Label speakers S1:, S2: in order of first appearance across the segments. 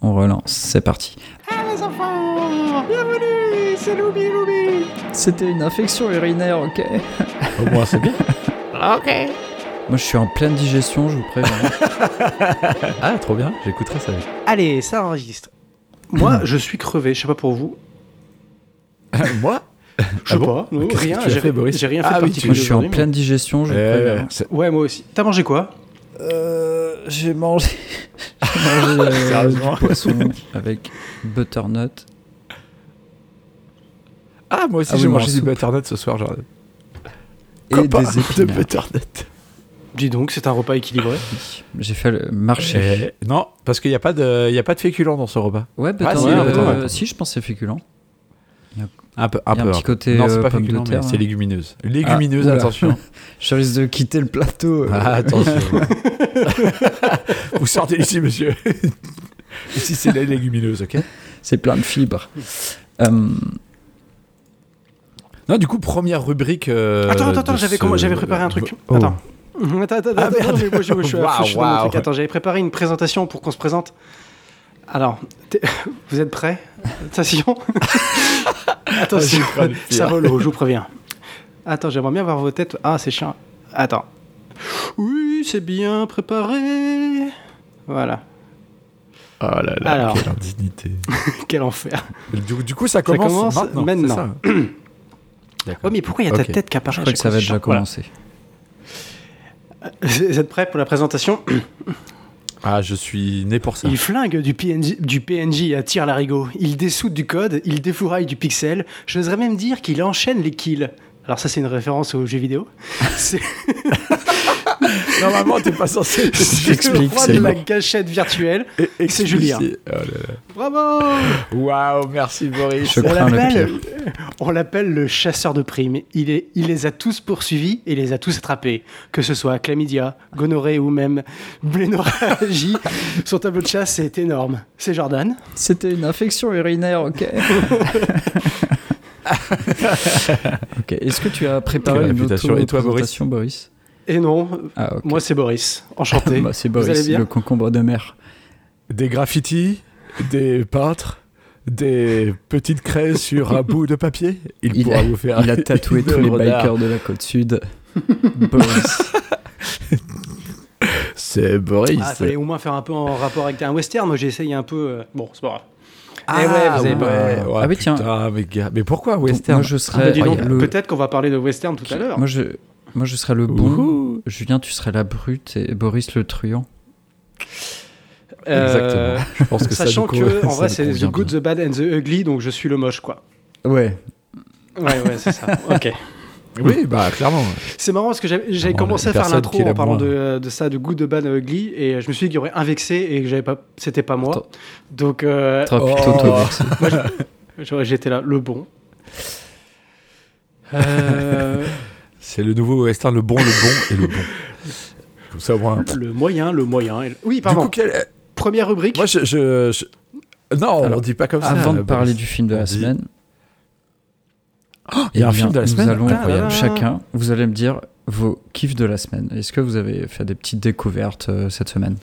S1: on relance, c'est parti.
S2: Ah les enfants Bienvenue C'est Loubi Loubi
S1: C'était une infection urinaire, ok.
S3: Au moins, c'est bien.
S2: Ok
S1: Moi, je suis en pleine digestion, je vous préviens.
S3: Ah, trop bien, j'écouterai ça.
S2: Allez, ça enregistre.
S4: Moi, je suis crevé, je sais pas pour vous.
S3: Moi
S4: Je
S3: Ah
S4: sais
S3: bon
S4: pas, non,
S3: Qu'est-ce que
S4: rien.
S3: tu as
S4: J'ai
S3: fait, Boris
S4: j'ai rien fait
S3: Ah
S4: de
S3: oui, tu-
S1: Moi,
S4: particulier
S1: je suis en
S4: aujourd'hui,
S1: pleine digestion, je vous préviens.
S3: c'est
S4: mais- Ouais, moi aussi. T'as mangé quoi
S1: Euh, j'ai mangé, j'ai mangé euh,
S3: Sérieusement
S1: du poisson avec butternut.
S3: Ah, moi aussi,
S1: Ah oui,
S3: j'ai
S1: moi, en
S3: mangé du
S1: soupe.
S3: butternut ce soir, genre.
S1: Et
S3: Copain
S1: des
S3: de
S1: épinards.
S3: butternut.
S4: Dis donc, c'est un repas équilibré.
S1: J'ai fait le marché.
S3: Eh, non, parce qu'il n'y a, pas de- il y a pas de féculent dans ce repas.
S1: Ouais, butternut.
S3: Eh. Ah, si,
S1: euh,
S4: ouais, butternut.
S1: si, je pense que c'est féculent.
S3: Un peu,
S1: Il y a un
S3: peu.
S1: petit côté,
S3: Non, c'est
S1: euh,
S3: pas
S1: pomme de
S3: féculent, mais
S1: terre,
S3: c'est
S1: hein.
S3: légumineuse. Légumineuse,
S1: Ah, oula.
S3: attention.
S1: Je risque de quitter le plateau. euh.
S3: Ah, attention. Vous sortez d'ici, monsieur. Ici, c'est la légumineuse, ok
S1: C'est plein de fibres. Euh,
S3: Non, du coup, première rubrique. euh,
S4: attends, attends, attends,
S3: de
S4: j'avais
S3: ce-
S4: comment- j'avais préparé un truc.
S3: Oh.
S4: Attends. Mmh, Attends, attends,
S3: Ah,
S4: attends,
S3: merde.
S4: mais moi, je, je suis à
S3: Waouh,
S4: fond, je suis dans mon truc.
S3: waouh.
S4: Attends, j'avais préparé une présentation pour qu'on se présente. Alors, t'es- vous êtes prêts Attention Attention,
S3: Vas-y, prends le tir.
S4: ça vole haut, je vous préviens. Attends, j'aimerais bien voir vos têtes. Ah, c'est chiant. Attends. Oui, c'est bien préparé. Voilà.
S3: Oh là là,
S4: Alors.
S3: quelle indignité.
S4: Quel enfer.
S3: Du, du coup, ça commence,
S4: commence
S3: maintenant.
S4: maintenant.
S3: c'est ça D'accord.
S4: Oh, mais pourquoi il y a ta
S3: Ok.
S4: tête qui apparaît
S1: je crois que ça va déjà commencer.
S4: Vous êtes prêts pour la présentation
S3: Ah, je suis né pour ça.
S4: Il flingue du PNJ, du PNJ à tir larigot. Il dessoude du code, il défouraille du pixel. Je J'oserais même dire qu'il enchaîne les kills. Alors ça, c'est une référence aux jeux vidéo. C'est
S3: Normalement, t'es pas censé.
S4: le roi de
S3: c'est
S4: la
S3: bon.
S4: gâchette virtuelle.
S3: Et-
S4: c'est Julien.
S3: explicite. Oh là
S4: Bravo
S3: là. Waouh, merci Boris.
S1: Je
S4: On
S1: crains le
S4: l'appelle-
S1: pire.
S4: On l'appelle le chasseur de primes. Il, est, il les a tous poursuivis et les a tous attrapés. Que ce soit chlamydia, gonorrhée ou même blénorragie, son tableau de chasse est énorme. C'est Jordan.
S1: C'était une infection urinaire, ok. ok. Est-ce que tu as préparé
S3: Quelle
S1: une
S3: réputation. Et toi,
S1: auto-présentation, Boris,
S4: Et non,
S1: Ah, ok.
S4: moi c'est Boris. Enchanté.
S1: Bah, c'est
S4: Vous allez
S1: Boris,
S4: bien
S1: le concombre de mer.
S3: Des graffitis, des peintres, des petites craies sur un bout de papier. Il,
S1: Il
S3: pourra
S1: a-
S3: vous faire.
S1: Il a tatoué
S3: une
S1: tous les
S3: œuvre d'art.
S1: bikers de la côte sud. Boris.
S3: C'est Boris.
S4: Ah, fallait au moins faire un peu en rapport avec un western. Moi, j'ai essayé un peu. euh, Bon, c'est pas grave.
S3: Ah,
S4: Eh ouais, vous avez
S3: ouais.
S1: pas-
S3: Ouais,
S1: Ah oui,
S3: putain,
S1: tiens.
S3: mais, gars, mais pourquoi
S1: Donc,
S3: Western
S1: moi, je
S4: Ah, bah,
S1: serais
S4: dis donc,
S1: le.
S4: Peut-être qu'on va parler de western tout à l'heure.
S1: Moi, je. Moi, je serais le bon.
S3: Ouhou.
S1: Julien, tu serais la brute et Boris le truand.
S4: Euh,
S3: Exactement. Je pense que ça
S4: Sachant
S3: nous con-
S4: que, en
S3: ça
S4: vrai,
S3: nous
S4: c'est The
S3: convient
S4: Good,
S3: bien.
S4: The Bad and The Ugly, donc je suis le moche, quoi.
S1: Ouais.
S4: Ouais, ouais, c'est ça. Ok.
S3: Oui, bah clairement.
S4: C'est marrant parce que j'avais- j'avais
S3: Bon,
S4: commencé
S3: la
S4: à faire
S3: personne qui
S4: l'intro
S3: est la
S4: en parlant
S3: moins.
S4: de, de ça, de Good, The Bad and Ugly, et je me suis dit qu'il y aurait un vexé et que j'avais pas, c'était pas moi.
S1: Attends.
S4: Donc, euh,
S1: T'aurais pu
S3: Oh.
S1: t'auto-vexer.
S4: j'aurais- j'étais là, le bon. Euh,
S3: C'est le nouveau western, le bon, le bon et le bon. Comme ça, au moins.
S4: le moyen, le moyen. et le- Oui,
S3: Du
S4: pardon.
S3: coup, quel-
S4: Première rubrique.
S3: moi, je, je- je- non, on
S1: Alors,
S3: dit pas comme ça. Euh,
S1: Avant de
S3: Boris.
S1: parler du film de la
S3: dit-
S1: semaine.
S3: Oh, il y a
S1: eh
S3: un
S1: bien,
S3: film de la
S1: nous
S3: semaine Ah,
S1: allons-
S4: Incroyable.
S1: chacun, vous allez me dire vos kiffs de la semaine. Est-ce que vous avez fait des petites découvertes euh, cette semaine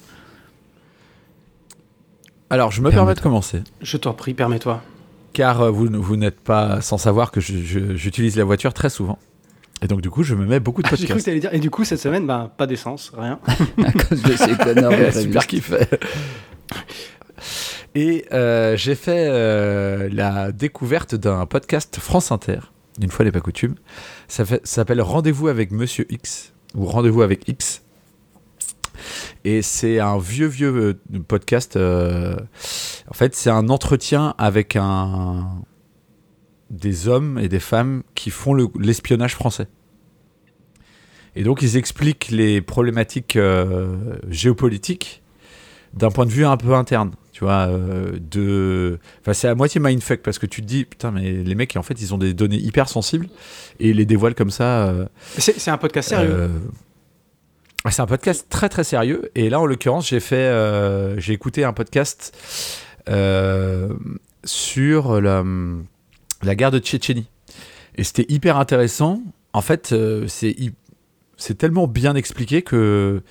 S3: Alors, je me permets de commencer,
S4: Je t'en prie, permets-toi.
S3: car euh, vous, vous n'êtes pas sans savoir que je- je- j'utilise la voiture très souvent. Et donc, du coup, je me mets beaucoup de
S1: Ah,
S4: J'ai cru que
S3: podcasts.
S4: t'allais dire. Et du coup, cette semaine, bah, pas d'essence, rien.
S1: À cause de ces connards de la
S3: Ouais, super
S1: vie.
S3: kiff. Et euh, j'ai fait euh, la découverte d'un podcast France Inter, une fois n'est pas coutume. Ça fait- ça s'appelle Rendez-vous avec Monsieur X, ou Rendez-vous avec X. Et c'est un vieux, vieux euh, podcast. euh, en fait, c'est un entretien avec un des hommes et des femmes qui font le- l'espionnage français. Et donc ils expliquent les problématiques euh, géopolitiques d'un point de vue un peu interne. Tu vois, euh, de... enfin, c'est à moitié mindfuck parce que tu te dis, putain, mais les mecs, en fait, ils ont des données hyper sensibles et ils les dévoilent comme ça. euh,
S4: C'est c'est un podcast sérieux.
S3: euh, ah, C'est un podcast très très sérieux. Et là, en l'occurrence, j'ai fait, euh, j'ai écouté un podcast euh, sur la, la guerre de Tchétchénie. Et c'était hyper intéressant. En fait, euh, c'est hy- c'est tellement bien expliqué que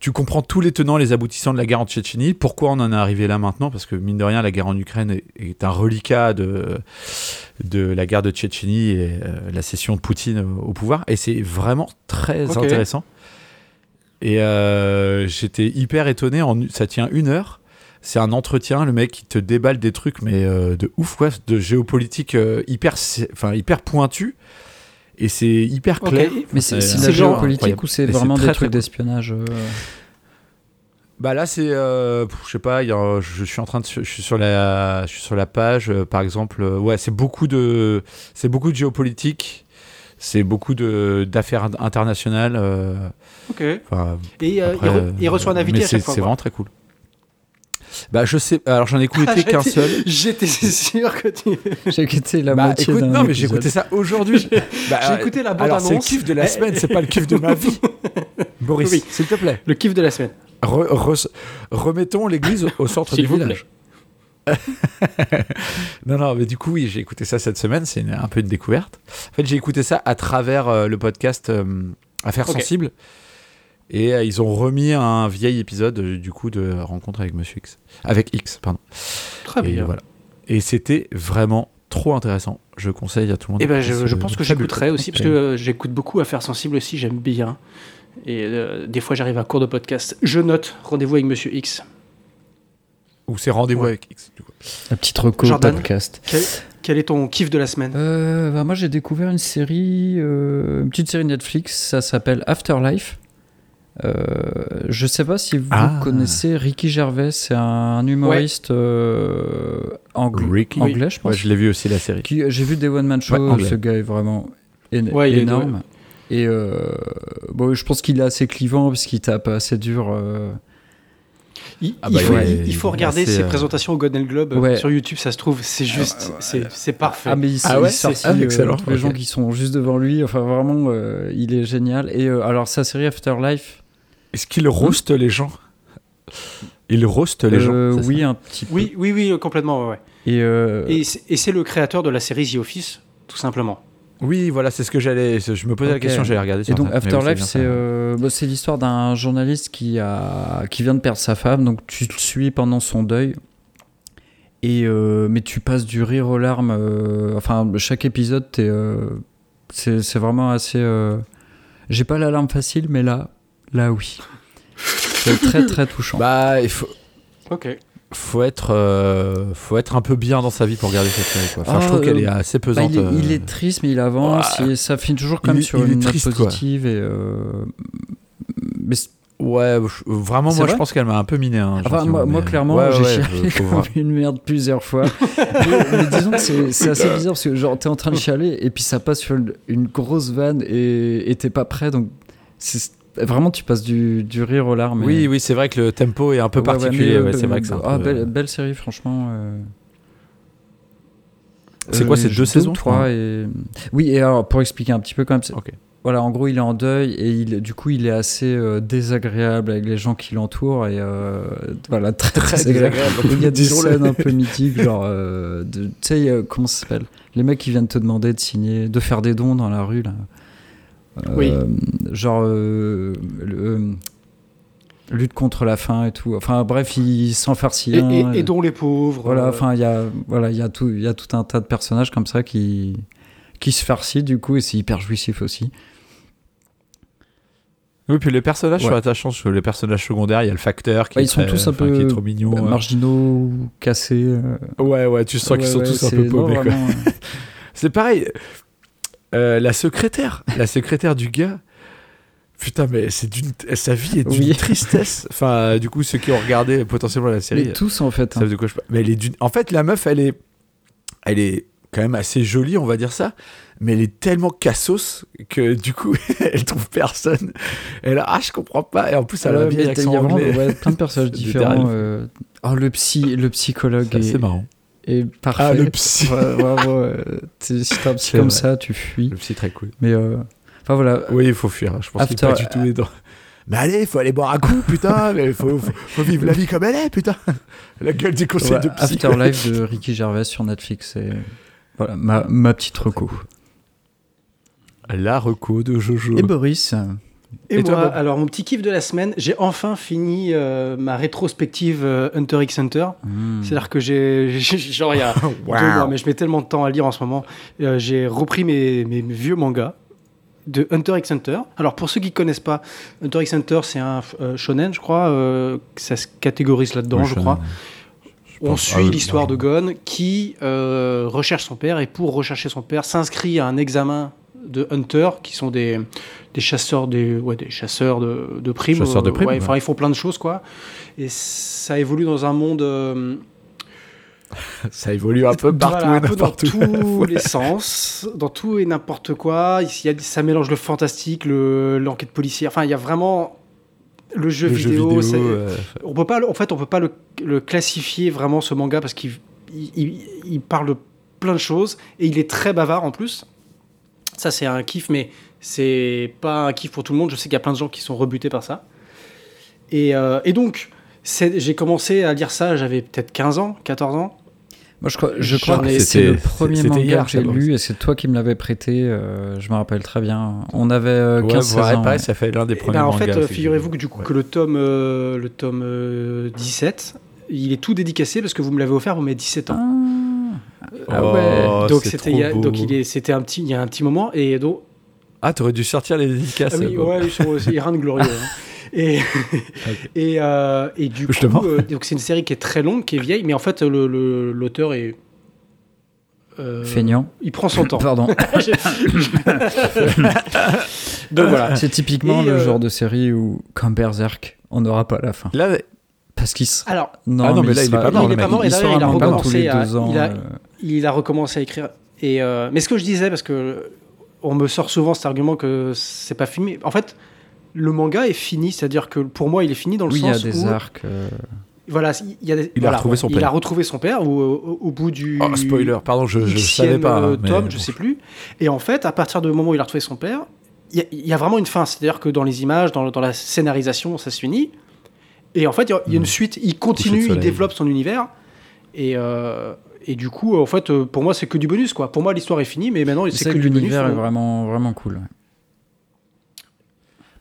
S3: Tu comprends tous les tenants, les aboutissants de la guerre en Tchétchénie. Pourquoi on en est arrivé là maintenant Parce que mine de rien, la guerre en Ukraine est, est un reliquat de, de la guerre de Tchétchénie et euh, la cession de Poutine au, au pouvoir. Et c'est vraiment très
S4: Ok.
S3: intéressant. Et euh, j'étais hyper étonné. En, ça tient une heure. C'est un entretien. Le mec, il te déballe des trucs, mais euh, de ouf, quoi, de géopolitique euh, hyper, sé- enfin hyper pointu. Et c'est hyper
S4: Ok.
S3: clair.
S1: Mais c'est
S3: Euh,
S1: c'est de
S4: c'est
S1: la
S4: genre
S1: géopolitique
S3: incroyable.
S1: ou c'est
S3: Mais c'est
S1: vraiment
S3: très,
S1: des
S3: très
S1: trucs
S3: cool.
S1: d'espionnage euh,
S3: Bah là, c'est, euh, pff, je sais pas, il y a- je suis en train de, je suis sur la, je suis sur la page, euh, par exemple, euh, ouais, c'est beaucoup de, c'est beaucoup de géopolitique, c'est beaucoup de d'affaires in- internationales. euh,
S4: Ok.
S3: enfin,
S4: Et euh,
S3: après,
S4: il, re-
S3: euh,
S4: il reçoit un invité
S3: mais
S4: à chaque
S3: c'est-
S4: fois.
S3: C'est
S4: quoi.
S3: vraiment très cool. Bah je sais, alors j'en ai
S4: Ah,
S3: écouté qu'un seul.
S4: J'étais sûr que tu.
S1: J'ai écouté la
S3: Bah,
S1: moitié
S3: écoute,
S1: d'un
S3: non mais j'ai
S1: épisode.
S3: écouté ça aujourd'hui. Bah,
S4: J'ai
S3: euh,
S4: écouté la
S3: alors c'est le
S4: bande-annonce.
S3: kiff de la semaine, c'est pas le kiff de ma vie. Boris,
S4: Oui.
S3: s'il te plaît,
S4: Le kiff de la semaine.
S3: re- re- remettons l'église au- au centre
S4: S'il
S3: du
S4: vous
S3: village.
S4: plaît.
S3: Non, non, mais du coup, oui, j'ai écouté ça cette semaine, c'est une- un peu une découverte. En fait, j'ai écouté ça à travers euh, le podcast euh, Affaires
S4: Ok.
S3: Sensibles. Et euh, ils ont remis un vieil épisode, euh, du coup, de Rencontre avec Monsieur X. Avec X, pardon.
S4: Très
S3: et euh,
S4: bien.
S3: voilà. Et c'était vraiment trop intéressant. Je conseille à tout le monde.
S4: Eh ben,
S3: de
S4: je,
S3: ce
S4: je pense que
S3: fabuleux
S4: j'écouterai aussi, parce que
S3: podcast.
S4: euh, j'écoute beaucoup Affaires Sensibles aussi, j'aime bien. Et euh, des fois, j'arrive à court de podcast. Je note rendez-vous avec Monsieur X.
S3: Ou c'est rendez-vous
S4: Ouais.
S3: avec X, du coup.
S1: La petite reco
S4: Jordan.
S1: podcast.
S4: Quel, quel est ton kiff de la semaine
S1: Euh, bah, moi, j'ai découvert une série, euh, une petite série Netflix, ça s'appelle Afterlife. Euh, je sais pas si vous
S3: Ah.
S1: connaissez Ricky Gervais, c'est un humoriste euh, angl-
S3: Ricky.
S1: anglais, je pense.
S3: Ouais, je l'ai vu aussi, la série.
S1: Qui- euh, J'ai vu des one-man shows,
S3: Ouais, anglais.
S1: ce gars est vraiment éne-
S4: Ouais, il est
S1: énorme. Et euh, bon, je pense qu'il est assez clivant parce qu'il tape assez dur. euh,
S4: il,
S3: Ah bah,
S4: il faut,
S3: ouais,
S4: il- il faut
S3: il est
S4: regarder
S3: assez,
S4: ses
S3: euh,
S4: présentations au Golden Globe. euh,
S1: Ouais.
S4: Sur YouTube, ça se trouve, c'est juste, c'est- c'est parfait.
S1: Ah mais il,
S3: Ah
S1: il
S3: ouais,
S1: sortit,
S3: c'est- ah,
S1: euh,
S3: excellent,
S1: tous les
S3: ok.
S1: gens qui sont juste devant lui. Enfin vraiment, euh, il est génial. Et euh, alors sa série Afterlife.
S3: Est-ce qu'il roaste les gens Il roaste les
S1: euh,
S3: gens. c'est ça
S1: oui un petit peu.
S4: oui, oui, oui, euh, complètement, ouais, ouais.
S1: Et, euh,
S4: Et c'est- Et c'est le créateur de la série The Office, tout simplement.
S3: Oui, voilà, c'est ce que j'allais. Je me posais
S1: Ok.
S3: la question, j'allais regarder. sur
S1: Et donc
S3: Internet, Ah, mais oui,
S1: Afterlife,
S3: bien
S1: c'est
S3: ça.
S1: euh, bah, c'est l'histoire d'un journaliste qui, a, qui vient de perdre sa femme, donc tu le suis pendant son deuil. Et, euh, mais tu passes du rire aux larmes. euh, enfin, chaque épisode, t'es, euh, c'est c'est vraiment assez. euh, J'ai pas la larme facile, mais là, là oui. C'est très très touchant.
S3: Bah, il faut,
S4: Ok.
S3: faut être, euh, faut être un peu bien dans sa vie pour regarder cette série. Quoi. Enfin,
S1: Ah,
S3: je trouve qu'elle
S1: euh,
S3: est assez
S1: Bah,
S3: pesante.
S1: il, est,
S3: euh.
S1: il est triste, mais il avance.
S3: Ouah.
S1: et ça finit toujours comme
S3: Il est-
S1: sur
S3: il est
S1: une note
S3: triste, quoi.
S1: positive. Et, euh, mais c'est-
S3: euh, Ouais, je- vraiment,
S1: C'est
S3: moi, je
S1: vrai
S3: pense qu'elle m'a un peu miné. hein,
S1: Enfin,
S3: gentiment,
S1: moi, moi,
S3: mais-
S1: clairement,
S3: Ouais,
S1: j'ai
S3: ouais,
S1: chialé
S3: faut- faut
S1: comme
S3: voir.
S1: une merde plusieurs fois. mais, mais disons que c'est c'est
S3: Euh.
S1: assez bizarre parce que, genre, t'es en train de chialer et puis ça passe sur une, une grosse vanne et et t'es pas prêt. Donc, c'est- vraiment, tu passes du, du rire aux larmes. et-
S3: Oui, oui, c'est vrai que le tempo est un peu
S1: Ouais, ouais,
S3: particulier.
S1: mais,
S3: ouais,
S1: euh,
S3: c'est vrai que c'est un
S1: ah,
S3: peu-
S1: belle, belle série, franchement. euh.
S3: C'est quoi, c'est deux
S1: je-
S3: saisons,
S1: ou trois et... Oui, et alors, pour expliquer un petit peu quand même, c'est-
S3: Ok.
S1: voilà, en gros, il est en deuil et il, du coup, il est assez euh, désagréable avec les gens qui l'entourent et euh, voilà, très, très désagréable. Et Il y a des
S3: Disons-le.
S1: scènes un peu mythiques, genre, euh, de- tu sais, euh, comment ça s'appelle Les mecs qui viennent te demander de signer, de faire des dons dans la rue, là. Euh,
S4: Oui.
S1: Genre, euh, le- euh, lutte contre la faim et tout. Enfin, bref, il s'enfarcit.
S4: Et, et, et dont les pauvres.
S1: euh, Voilà,
S4: euh,
S1: enfin, il y a, voilà, il y a tout, il y a tout un tas de personnages comme ça qui, qui se farcient, du coup, et c'est hyper jouissif aussi.
S3: Oui, puis les personnages
S1: Ouais.
S3: sont attachants. parce que Les personnages secondaires, il y a le facteur qui,
S1: Ouais,
S3: est
S1: ils sont
S3: très-
S1: tous un
S3: enfin,
S1: peu
S3: qui est trop mignon. hein.
S1: Marginaux, cassés. euh,
S3: Ouais, ouais, tu sens qu'ils
S1: ouais,
S3: sont
S1: ouais,
S3: tous un
S1: c'est-
S3: peu
S1: non,
S3: paumés. quoi.
S1: vraiment, euh,
S3: C'est pareil. euh, la secrétaire, la secrétaire du gars. Putain, mais c'est d'une sa vie est d'une
S1: Oui.
S3: tristesse. Enfin, du coup, ceux qui ont regardé potentiellement la série,
S1: mais tous, en fait. hein.
S3: savent de quoi je parle. Mais elle est d'une. En fait, la meuf, elle est, elle est quand même assez jolie, on va dire ça. Mais elle est tellement cassos que du coup, elle trouve personne. Elle a, ah, je comprends pas. Et en plus, elle a un
S1: Ouais, mais
S3: vieil
S1: Il y
S3: accent
S1: a vraiment
S3: anglais.
S1: ouais, plein de personnages
S3: C'est
S1: différents.
S3: terrible.
S1: euh, oh, le, psy, le psychologue
S3: C'est
S1: est,
S3: assez marrant.
S1: est parfait.
S3: Ah, le psy.
S1: Ouais, vraiment, euh, t'es- si t'es un psy
S3: C'est
S1: comme
S3: vrai.
S1: ça, tu fuis.
S3: Le psy très cool.
S1: Mais euh, enfin voilà.
S3: Oui, il faut fuir. hein.
S4: Ah,
S3: Je pense qu'il n'est pas
S1: After-
S3: du tout aidant. Mais allez, faut aller boire un coup, putain. Mais faut, faut, faut vivre la vie comme elle est, putain. La gueule du conseil
S1: Ouais,
S3: de
S4: Ah,
S3: psy.
S1: Afterlife de Ricky Gervais sur Netflix. C'est voilà, ma, ma petite reco.
S3: La reco de Jojo.
S1: Et Boris,
S4: Et,
S3: Et toi,
S4: moi,
S3: Bob
S4: alors mon petit kiff de la semaine, j'ai enfin fini euh, ma rétrospective euh, Hunter x Hunter.
S1: Hmm.
S4: C'est-à-dire que j'ai, j'ai- j'ai- genre il y a deux mois, mais je mets tellement de temps à lire en ce moment. Euh, j'ai repris mes, mes vieux mangas de Hunter x Hunter. Alors pour ceux qui connaissent pas, Hunter x Hunter, c'est un euh, shonen, je crois. euh, ça se catégorise là-dedans,
S3: Oui,
S4: je
S3: shonen.
S4: crois. On
S3: pense-
S4: suit
S3: ah oui,
S4: l'histoire de
S3: non.
S4: Gon qui euh, recherche son père et pour rechercher son père s'inscrit à un examen de Hunter qui sont des, des chasseurs des, ouais, des chasseurs de, de primes. euh,
S3: Chasseurs de primes,
S4: Ouais,
S3: ouais.
S4: enfin, ils font plein de choses quoi. Et ça évolue dans un monde euh,
S3: ben, Ça évolue un peu partout
S4: voilà, un
S3: et
S4: peu dans
S3: n'importe où.
S4: tous les sens, dans tout et n'importe quoi. Il y a- ça mélange le fantastique, le- l'enquête policière. Enfin, il y a vraiment le jeu
S3: Le jeu
S4: vidéo. c'est-
S3: euh,
S4: on peut pas, le- en fait, on peut pas le, le classifier vraiment ce manga parce qu'il il, il- il parle de plein de choses et il est très bavard en plus. Ça, c'est un kiff, mais c'est pas un kiff pour tout le monde. Je sais qu'il y a plein de gens qui sont rebutés par ça. Et, euh, et donc, c'est- j'ai commencé à lire ça, j'avais peut-être 15 ans, 14 ans.
S1: Moi, je crois, je crois
S4: Genre,
S1: que c'est le
S3: c'était-
S1: premier
S3: c'était
S1: manga
S3: hier,
S1: que j'ai
S3: ça, Boris.
S1: lu et c'est toi qui me l'avais prêté. euh, je me rappelle très bien. On avait euh,
S3: ouais,
S1: 15
S3: pareil,
S1: ans.
S3: pareil,
S1: ouais.
S3: ça fait l'un des
S4: Eh
S3: premiers
S4: ben, en
S3: mangas,
S4: fait, euh,
S3: effectivement.
S4: figurez-vous que du coup,
S3: Ouais.
S4: que le tome, euh, le tome euh, 17, il est tout dédicacé parce que vous me l'avez offert, vous m'avez 17 ans.
S1: Ah
S3: Oh,
S1: ouais.
S4: donc
S3: c'est
S4: c'était, il
S3: trop
S4: y a-
S3: beau.
S4: donc il est, c'était un petit, il y a un petit moment et donc,
S3: Ah, t'aurais dû sortir les
S4: ah
S3: dédicaces.
S4: oui,
S3: Bob.
S4: ouais, ils sont, aussi- il y a rien de glorieux. hein. Et, et, euh, et du
S3: Justement.
S4: coup, euh, donc c'est une série qui est très longue, qui est vieille, mais en fait, le, le- l'auteur est euh,
S1: Feignant.
S4: Il prend son temps.
S1: Pardon.
S4: donc voilà.
S1: C'est typiquement
S4: Et,
S1: le
S4: euh,
S1: genre de série où, comme Berserk, on n'aura pas la fin.
S3: Là,
S1: Parce qu'il sera.
S4: Alors,
S1: Non,
S3: Ah non, mais là, il est
S1: sera-
S3: pas mort, le mec.
S4: Il est
S1: sera
S4: pas mort, et d'ailleurs, il a
S1: manga tous les
S4: recommencé à-
S1: deux ans.
S4: il a-
S1: euh,
S4: il a recommencé à écrire. Et euh, mais ce que je disais, parce que on me sort souvent cet argument que c'est pas fini. En fait, le manga est fini, c'est-à-dire que pour moi, il est fini dans le
S1: Oui, il y a
S4: sens
S1: des
S4: où
S1: arcs. euh,
S4: voilà, il, y a des-
S3: Il a
S4: voilà,
S3: retrouvé son
S4: Il
S3: père.
S4: a retrouvé son père ou euh, au, au bout du
S3: oh, spoiler, pardon, je, je
S4: Xième,
S3: savais pas.
S4: euh,
S3: hein, mais
S4: tome, je
S3: bon.
S4: sais plus. Et en fait, à partir du moment où il a retrouvé son père, il y a- il y, a vraiment une fin. C'est-à-dire que dans les images, dans, le- dans la scénarisation, ça se finit. Et en fait, il y a, il y a une
S3: Mhm.
S4: suite. Il
S3: Coucher de
S4: continue, il
S3: soleil.
S4: développe son univers. Et, euh, et du coup, en fait, euh, pour moi, c'est que du bonus. quoi. Pour moi, l'histoire est finie, mais maintenant,
S1: C'est
S4: c'est
S1: vrai
S4: que,
S1: que
S4: du bonus.
S1: l'univers est
S4: on-
S1: vraiment, vraiment cool.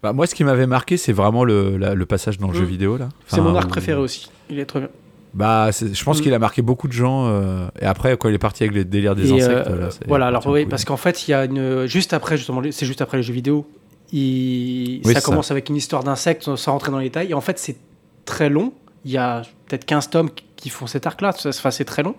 S3: Bah, moi, ce qui m'avait marqué, c'est vraiment le, la- le passage dans le
S4: Mm.
S3: jeu vidéo. là.
S4: C'est mon
S3: Enfin, euh,
S4: arc
S3: où-
S4: préféré aussi. Il est très bien.
S3: Bah, c'est- je pense
S4: Mm.
S3: qu'il a marqué beaucoup de gens. euh, et après, quand il est parti avec les délires des
S4: Et,
S3: insectes.
S4: euh,
S3: là, c'est
S4: voilà,
S3: parti
S4: alors
S3: en
S4: oui,
S3: couille.
S4: parce qu'en fait, il y a une juste après justement, les- c'est juste après les jeux vidéo. il-
S3: Oui,
S4: ça
S3: c'est
S4: commence avec une histoire d'insectes sans- sans rentrer dans les détails. Et en fait, c'est très long. Il y a peut-être 15 tomes qui- qui font cet arc-là. Ça- Enfin, c'est très long.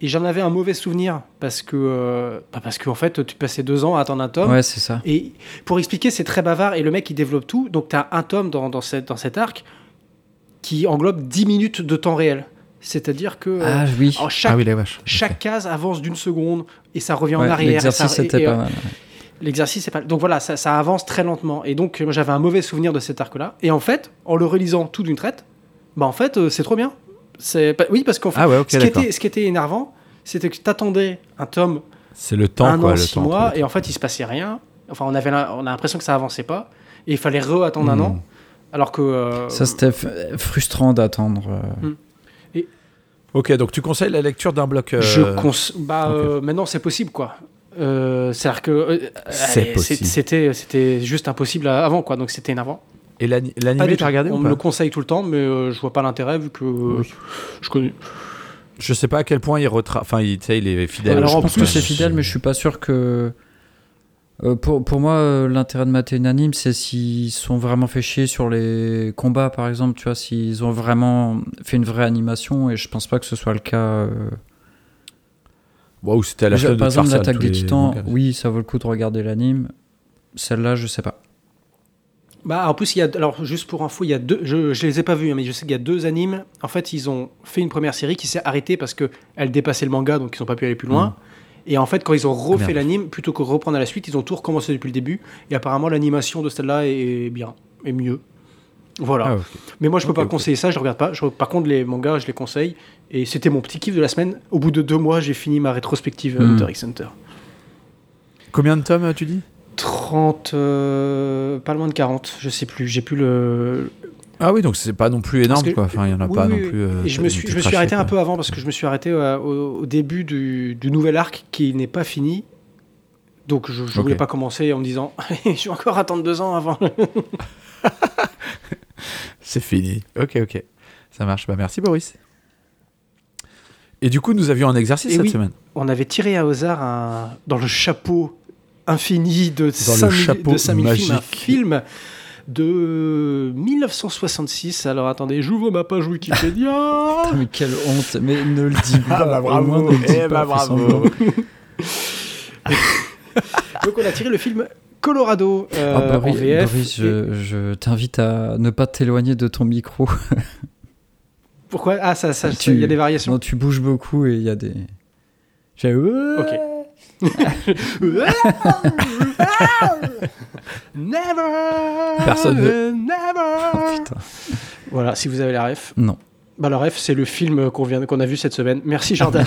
S4: Et j'en avais un mauvais souvenir parce que euh, bah, parce qu'en fait, tu passais deux ans à attendre un tome.
S1: Ouais, c'est ça.
S4: Et pour expliquer, c'est très bavard et le mec il développe tout. Donc tu as un tome dans, dans, cette- dans cet arc qui englobe 10 minutes de temps réel. C'est-à-dire que euh,
S1: Ah oui.
S4: en chaque
S3: Ah oui, la vache.
S4: chaque case avance d'une seconde et ça revient
S1: Ouais,
S4: en arrière. et
S1: L'exercice
S4: ça- et-
S1: était
S4: et,
S1: pas
S4: euh,
S1: mal.
S4: L'exercice, c'est pas. Donc voilà, ça, ça avance très lentement. Et donc, euh, moi, j'avais un mauvais souvenir de cet arc-là. Et en fait, en le relisant tout d'une traite, bah en fait, euh, c'est trop bien. C'est pas- oui parce qu'en fait,
S3: Ah ouais, ok,
S4: ce, qui
S3: d'accord.
S4: était, ce qui était énervant, c'était que t'attendais un tome
S3: C'est le temps,
S4: un
S3: quoi.
S4: an,
S3: le
S4: six
S3: temps entre
S4: mois,
S3: les
S4: et en fait, il se passait rien. Enfin, on avait, la- on a l'impression que ça avançait pas, et il fallait re-attendre un
S3: Hmm.
S4: an, alors que. euh,
S1: Ça, c'était f- frustrant d'attendre. euh,
S3: Ok, donc tu conseilles la lecture d'un bloc. euh,
S4: Je cons- bah,
S3: ok.
S4: euh, maintenant c'est possible quoi. Euh, C'est-à-dire que euh,
S3: C'est
S4: allez, c'est-
S3: possible.
S4: c'était c'était juste impossible à- avant quoi, donc c'était énervant.
S3: Et l'ani-
S4: Pas
S3: l'animé,
S4: du
S3: Ah, t'as
S4: tout.
S3: regardé
S4: On
S3: ou
S4: me le
S3: pas
S4: conseille tout le temps, mais euh, je vois pas l'intérêt vu que euh, je connais.
S3: Je sais pas à quel point il retra... Enfin, il, tu sais, il est fidèle.
S1: Euh, Alors,
S4: Alors,
S1: je
S4: en
S1: pense
S4: plus,
S1: que c'est fidèle, mais je suis pas sûr que. Euh, pour, pour moi, euh, l'intérêt de mater une anime, c'est s'ils sont vraiment fait chier sur les combats, par exemple, tu vois, s'ils ont vraiment fait une vraie animation, et je pense pas que ce soit le cas. euh.
S3: Waouh, c'était à la
S1: Déjà,
S3: fin de
S1: par exemple,
S3: faire ça,
S1: l'attaque
S3: tous
S1: des
S3: les
S1: titans,
S3: mangas.
S1: oui, ça vaut le coup de regarder l'anime. Celle-là, je sais pas.
S4: Bah, en plus, il y a, alors juste pour info, il y a deux, je, je les ai pas vus, hein, mais je sais qu'il y a deux animes. En fait, ils ont fait une première série qui s'est arrêtée parce que elle dépassait le manga, donc ils n'ont pas pu aller plus loin. Et en fait, quand ils ont refait
S3: Hmm. Merde.
S4: l'anime, plutôt que reprendre à la suite, ils ont tout recommencé depuis le début. Et apparemment, l'animation de celle-là est bien, est mieux. Voilà.
S3: Ah, ok.
S4: Mais moi, je peux
S3: Ok,
S4: pas
S3: ok.
S4: conseiller ça, je regarde pas. Je- par contre, les mangas, je les conseille. Et c'était mon petit kiff de la semaine. Au bout de deux mois, j'ai fini ma rétrospective euh,
S1: Hmm.
S4: Hunter x Hunter.
S3: Combien de tomes tu dis
S4: 30, euh, pas loin de 40, je sais plus. J'ai plus le,
S3: Ah oui, donc c'est pas non plus énorme,
S4: Parce que-
S3: quoi. Enfin, il y en a
S4: Oui,
S3: pas
S4: oui,
S3: non
S4: oui.
S3: plus. euh,
S4: Et je
S3: t'as
S4: me
S3: dit
S4: suis,
S3: que
S4: je me
S3: tu
S4: suis arrêté
S3: crachais,
S4: un
S3: quoi.
S4: peu avant parce que je me suis arrêté euh, au, au début du, du nouvel arc qui n'est pas fini, Donc je ne
S3: Ok.
S4: voulais pas commencer en me disant je vais encore attendre deux ans avant.
S3: C'est fini. Ok, ok. Ça marche. Bah, merci, Boris. Et du coup, nous avions un exercice
S4: Eh
S3: cette
S4: oui.
S3: semaine.
S4: On avait tiré à hasard un- dans le chapeau infini de
S3: le
S4: 5000
S3: chapeau
S4: de 5000 films, un
S3: magique.
S4: film de 1966. Alors attendez, j'ouvre ma page Wikipédia.
S1: Ah, Mais quelle honte, mais ne le dis pas.
S3: bah,
S1: au
S3: bravo.
S1: moins, ne le dis
S3: Eh bah,
S1: pas, fais
S3: bravo.
S1: semblant.
S4: Donc on a tiré le film Colorado euh,
S1: Ah, Boris,
S4: en VF.
S1: Boris,
S4: Et
S1: je, je t'invite à ne pas t'éloigner de ton micro.
S4: Pourquoi Ah ça, ça, ça, il
S1: Tu-
S4: y a des variations.
S1: Non, tu bouges beaucoup et il y a des. J'ai-
S4: never,
S3: Personne ne-
S4: never.
S1: Oh, putain.
S4: Voilà, si vous avez la ref.
S1: Non.
S4: Bah, la ref, c'est le film qu'on vient, qu'on a vu cette semaine. Merci Jordan.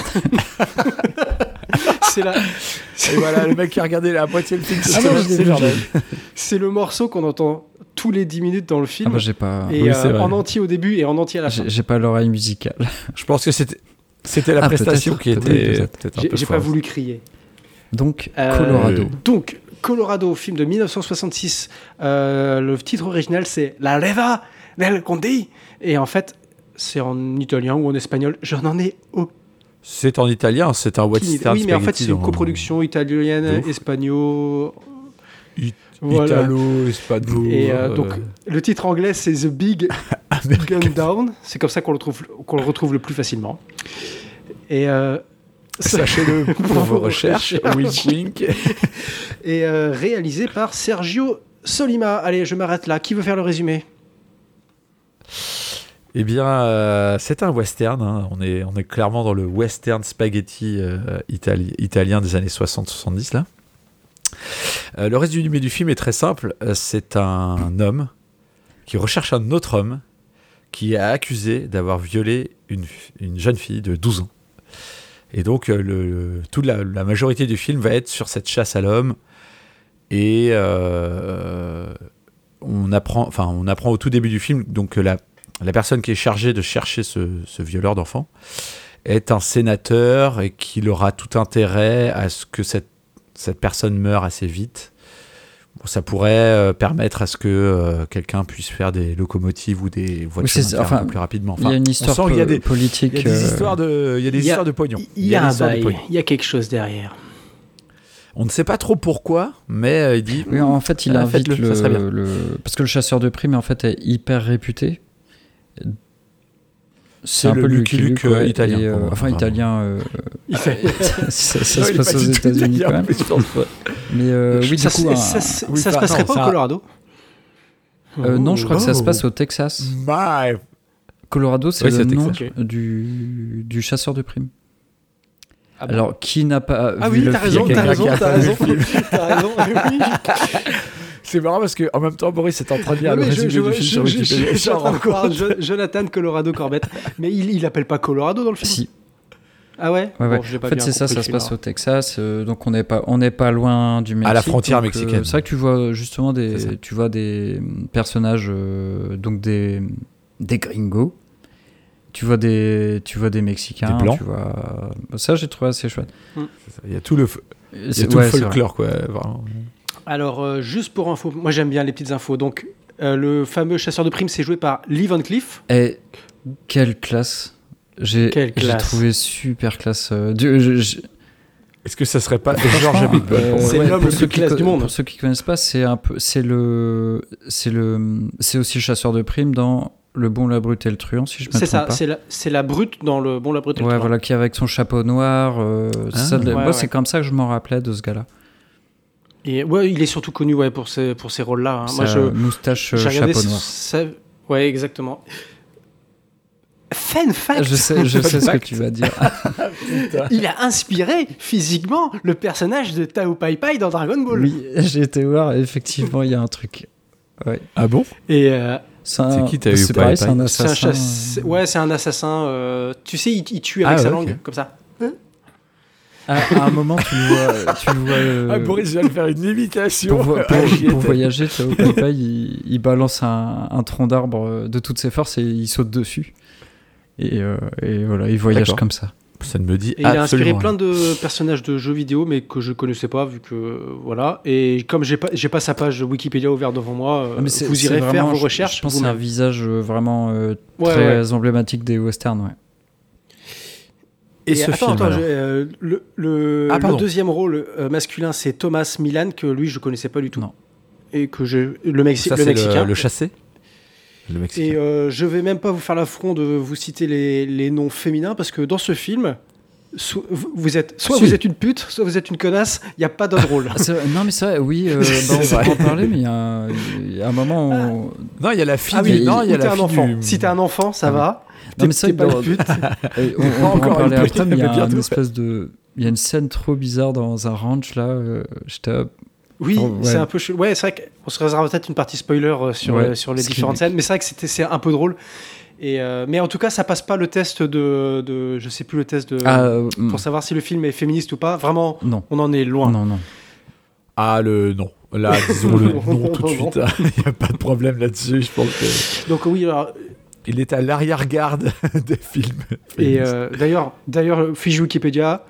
S4: c'est la-
S3: Et voilà, le mec qui a regardé la moitié le film.
S4: Ah non, je l'ai
S3: c'est
S4: vu,
S3: Jordan.
S4: c'est le morceau qu'on entend tous les 10 minutes dans le
S1: Ah
S4: film.
S1: bah j'ai pas.
S4: et
S3: oui,
S4: euh,
S3: c'est vrai.
S4: en entier au début et en entier à la fin.
S1: J'ai j'ai pas l'oreille musicale.
S3: Je pense que c'était. C'était la
S1: Ah,
S3: prestation
S1: peut-être,
S3: qui
S1: peut-être,
S3: était
S1: peut-être.
S3: peut-être un
S4: J'ai
S3: peu
S4: j'ai pas
S3: foireuse.
S4: voulu crier.
S1: Donc
S4: Euh,
S1: Colorado.
S4: Donc, Colorado, film de 1966. Euh, le titre original, c'est La Leva del Conde. Et en fait, c'est en italien ou en espagnol. Je n'en ai aucune
S3: C'est en italien, c'est un What's
S4: idée.
S3: Star
S4: Oui, mais en fait,
S3: Spaghetti
S4: c'est une
S3: dans-
S4: coproduction
S3: De
S4: italienne,
S3: ouf.
S4: espagnol.
S3: It-
S4: Voilà.
S3: Italo, espagnol.
S4: Et euh,
S3: euh,
S4: donc, le titre anglais, c'est The Big
S3: américain.
S4: Gun Down. C'est comme ça qu'on le, trouve- qu'on le retrouve le plus facilement. Et. euh, ça-
S3: Sachez-le pour vos
S4: vos
S3: recherches. Wink,
S4: recherches.
S3: wink.
S4: et euh, réalisé par Sergio Solima. Allez, je m'arrête là. Qui veut faire le résumé
S3: Eh bien, euh, c'est un western. hein. On, est, on est clairement dans le western spaghetti euh, itali- italien des années 60-70. là. Euh, le résumé du film est très simple. Euh, C'est un homme qui recherche un autre homme qui est accusé d'avoir violé une, une jeune fille de 12 ans. Et donc, euh, le, toute la, la majorité du film va être sur cette chasse à l'homme. Et euh, on, apprend, enfin, on apprend au tout début du film donc, que la la personne qui est chargée de chercher ce, ce violeur d'enfants est un sénateur et qu'il aura tout intérêt à ce que cette, cette personne meure assez vite. Bon, ça pourrait euh, permettre à ce que euh, quelqu'un puisse faire des locomotives ou des voitures
S1: c'est-
S3: internes
S1: enfin,
S3: un peu plus rapidement.
S1: Il y a une histoire
S3: on sent qu'il y a
S1: po-
S3: des,
S1: politique.
S3: il y a des
S1: euh,
S3: histoires de, il y a des
S4: il y a-
S3: histoires de pognon.
S4: Il y, a
S3: des
S4: un
S3: histoires de
S4: bail,
S3: pognon.
S4: il y a quelque chose derrière.
S3: On ne sait pas trop pourquoi, mais euh, il dit
S1: Oui, en fait, il
S3: Ah,
S1: invite
S3: faites-le, ça serait bien.
S1: le, le- Parce que le chasseur de primes, en fait, est hyper réputé.
S3: C'est le Lucky Luke, euh,
S1: ouais,
S3: italien,
S1: et, euh,
S3: pour moi,
S1: enfin,
S3: vraiment.
S1: italien. euh, ça ça
S3: Non,
S1: se
S3: il
S1: passe
S3: est pas
S1: aux
S3: du tout
S1: États-Unis
S3: italien,
S1: quand même.
S3: mais je pense pas.
S1: Mais euh, oui,
S4: ça
S1: du coup.
S4: se-
S1: un-
S4: ça se-
S3: oui,
S4: ça se
S3: enfin,
S4: passerait
S3: non,
S4: pas
S3: ça-
S4: au Colorado
S1: euh, non, je crois que ça se
S3: Oh.
S1: passe au Texas.
S3: My
S1: Colorado, c'est
S3: Oui, c'est
S1: le
S3: au
S1: nom
S3: Texas,
S1: du, du chasseur de primes.
S3: Ah bon
S1: Alors, qui n'a pas
S4: Ah
S1: vu
S4: oui,
S1: le
S4: t'as raison,
S1: film
S4: t'as
S3: quelqu'un
S4: raison,
S3: qui a
S4: t'as
S3: pas vu
S4: raison.
S3: le
S4: T'as raison, oui.
S3: C'est marrant parce que en même temps Boris est en train de lire
S4: Non,
S3: le
S4: mais je-
S3: résumé
S4: je-
S3: du film sur
S4: je- je-
S3: Wikipédia.
S4: je suis en
S3: Genre,
S4: train de voir Jo- Jonathan Colorado Corbett. Mais il, il appelle pas Colorado dans le film
S1: Si.
S4: Ah ouais,
S1: Ouais, ouais.
S4: Bon, j'ai pas
S1: en fait,
S4: bien
S1: c'est ça,
S4: compris
S1: ça
S4: le
S1: se
S4: film, hein.
S1: passe au
S4: alors.
S1: Texas, euh, donc on n'est pas, on n'est pas loin du Mexique.
S3: la frontière
S1: donc, euh,
S3: mexicaine.
S1: c'est vrai que tu vois justement
S3: C'est ça.
S1: des, tu vois des mm, personnages, euh, donc des, des gringos. Tu vois des, tu vois des Mexicains.
S3: Des Blancs.
S1: Tu vois, euh, ça j'ai trouvé assez chouette.
S3: Il y a tout le, f-
S1: Et
S3: il y a
S1: c'est-
S3: tout le
S1: ouais, c'est vrai.
S3: folklore quoi. Vraiment.
S4: Alors, euh, juste pour info, moi j'aime bien les petites infos. Donc, euh, le fameux chasseur de primes, c'est joué par Lee Van Cleef.
S1: Et Eh, quelle classe J'ai
S4: Quelle
S1: j'ai
S4: classe.
S1: trouvé super classe. euh, du- je- je-
S3: Est-ce que ça serait pas George
S1: Franchement,
S3: Abitbol
S1: euh,
S3: pour moi
S4: C'est
S1: ouais,
S4: l'homme
S1: pour
S4: le
S1: ceux
S4: plus
S1: qui
S4: classe
S1: co-
S4: du monde.
S1: Pour ceux qui connaissent pas, c'est un peu, c'est le, c'est le, c'est aussi le chasseur de primes dans Le Bon, la Brute et le Truand, si je me trompe
S4: C'est ça,
S1: pas.
S4: c'est la, c'est la brute dans le Bon la brute. et le
S1: Ouais,
S4: truand.
S1: voilà, qui est avec son chapeau noir. euh,
S3: Ah.
S1: c'est ça, de la-
S4: Ouais,
S1: moi,
S4: ouais.
S1: c'est comme ça que je m'en rappelais de ce gars-là.
S4: Et, ouais, il est surtout connu ouais, pour ces, pour ces rôles-là. hein.
S1: Sa
S4: Moi, je,
S1: moustache, euh,
S4: j'ai regardé
S1: chapeau noir.
S4: ça. Ouais, exactement. Fun fact
S1: Je sais, je sais ce que
S3: Fact.
S1: tu vas dire.
S4: Il a inspiré physiquement le personnage de Tao Pai Pai dans Dragon Ball.
S1: oui, j'ai été voir, effectivement, il y a un truc. Ouais.
S3: Ah bon
S4: Et euh,
S1: un-
S3: C'est qui, t'as eu
S1: C'est
S3: pas-
S1: pareil,
S3: pas-
S1: c'est un
S4: c'est un
S1: assassin.
S4: chasse- ouais, c'est un assassin. euh, tu sais, il, il tue avec
S3: Ah,
S4: sa
S3: ouais,
S4: langue
S3: ok.
S4: comme ça.
S1: À, à un moment, tu le vois. Tu le vois
S4: Ah,
S1: euh,
S3: vient de faire une
S1: pour,
S3: imitation.
S4: euh,
S1: vo- pour- pour voyager, Tao Pai Pai, il, il balance un, un tronc d'arbre euh, de toutes ses forces et il saute dessus. Et, euh, et voilà, il voyage
S3: D'accord.
S1: comme ça.
S3: Ça ne me dit
S4: Et il a inspiré
S3: absolument
S4: plein
S3: rien.
S4: de personnages de jeux vidéo, mais que je connaissais pas, vu que euh, voilà. Et comme j'ai pas, j'ai pas sa page Wikipédia ouverte devant moi, euh,
S1: Ah, mais c'est-
S4: vous
S1: c'est
S4: irez faire
S1: vraiment-
S4: vos
S1: je-
S4: recherches.
S1: Je pense que c'est un
S4: vous-même.
S1: visage euh, vraiment euh,
S4: Ouais,
S1: très emblématique des westerns. Ouais.
S3: Et, ce
S4: attends,
S3: film
S4: attends,
S3: alors
S4: je- euh, le, le-
S3: Ah,
S4: le
S3: pardon.
S4: deuxième rôle euh, masculin, c'est Thomas Milan, que lui, je connaissais pas du tout.
S1: Non.
S4: Et que je, le, Mexi-
S3: Ça,
S4: le
S3: c'est le,
S4: Mexicain.
S3: le chassé Le Mexicain.
S4: Et euh, je vais même pas vous faire l'affront de vous citer les, les noms féminins, parce que dans ce film, so- vous vous êtes, soit
S3: Si.
S4: vous êtes une pute, soit vous êtes une connasse, il n'y a pas d'autre rôle.
S1: Ah, c'est vrai- non, mais ça, oui, euh, bah,
S3: C'est
S1: on va
S3: vrai.
S1: en parler, mais il y a un- il y, a un moment. où-
S3: Non, il y a la fille.
S4: Ah oui,
S3: du- non, il y a
S4: ou t'es
S3: la
S4: un
S3: fille
S4: enfant.
S3: du-
S4: Si t'es un enfant, ça
S1: Ah oui.
S4: va.
S1: Non,
S4: T'es-
S1: mais ça,
S4: t'es pas
S1: dans-
S4: une pute.
S1: Et on, on
S3: Encore
S1: pourra en
S3: une
S1: parler
S3: petite,
S1: après, mais il y
S3: mais
S1: a
S3: bientôt.
S1: une espèce de. Il y a une scène trop bizarre dans un ranch là. euh, J'étais. à-
S4: Oui,
S1: Attends, ouais.
S4: c'est un peu chelou. Ouais, c'est vrai qu'on se réserve peut-être une partie spoiler euh, sur,
S1: Ouais,
S4: euh, sur les
S1: ce qui-
S4: différentes scènes, mais c'est vrai que c'était c'est un peu drôle. Et euh, mais en tout cas, ça passe pas le test de, de je sais plus le test de
S1: Ah, euh, mm,
S4: pour savoir si le film est féministe ou pas. Vraiment,
S1: non.
S4: on en est loin.
S1: Non, non.
S3: Ah, le non. Là, disons le non tout de
S4: Non.
S3: suite. Il n'y a pas de problème là-dessus. Je pense que-
S4: Donc oui, alors,
S3: Il est à l'arrière-garde des films.
S4: et euh, d'ailleurs, d'ailleurs, fiche Wikipédia,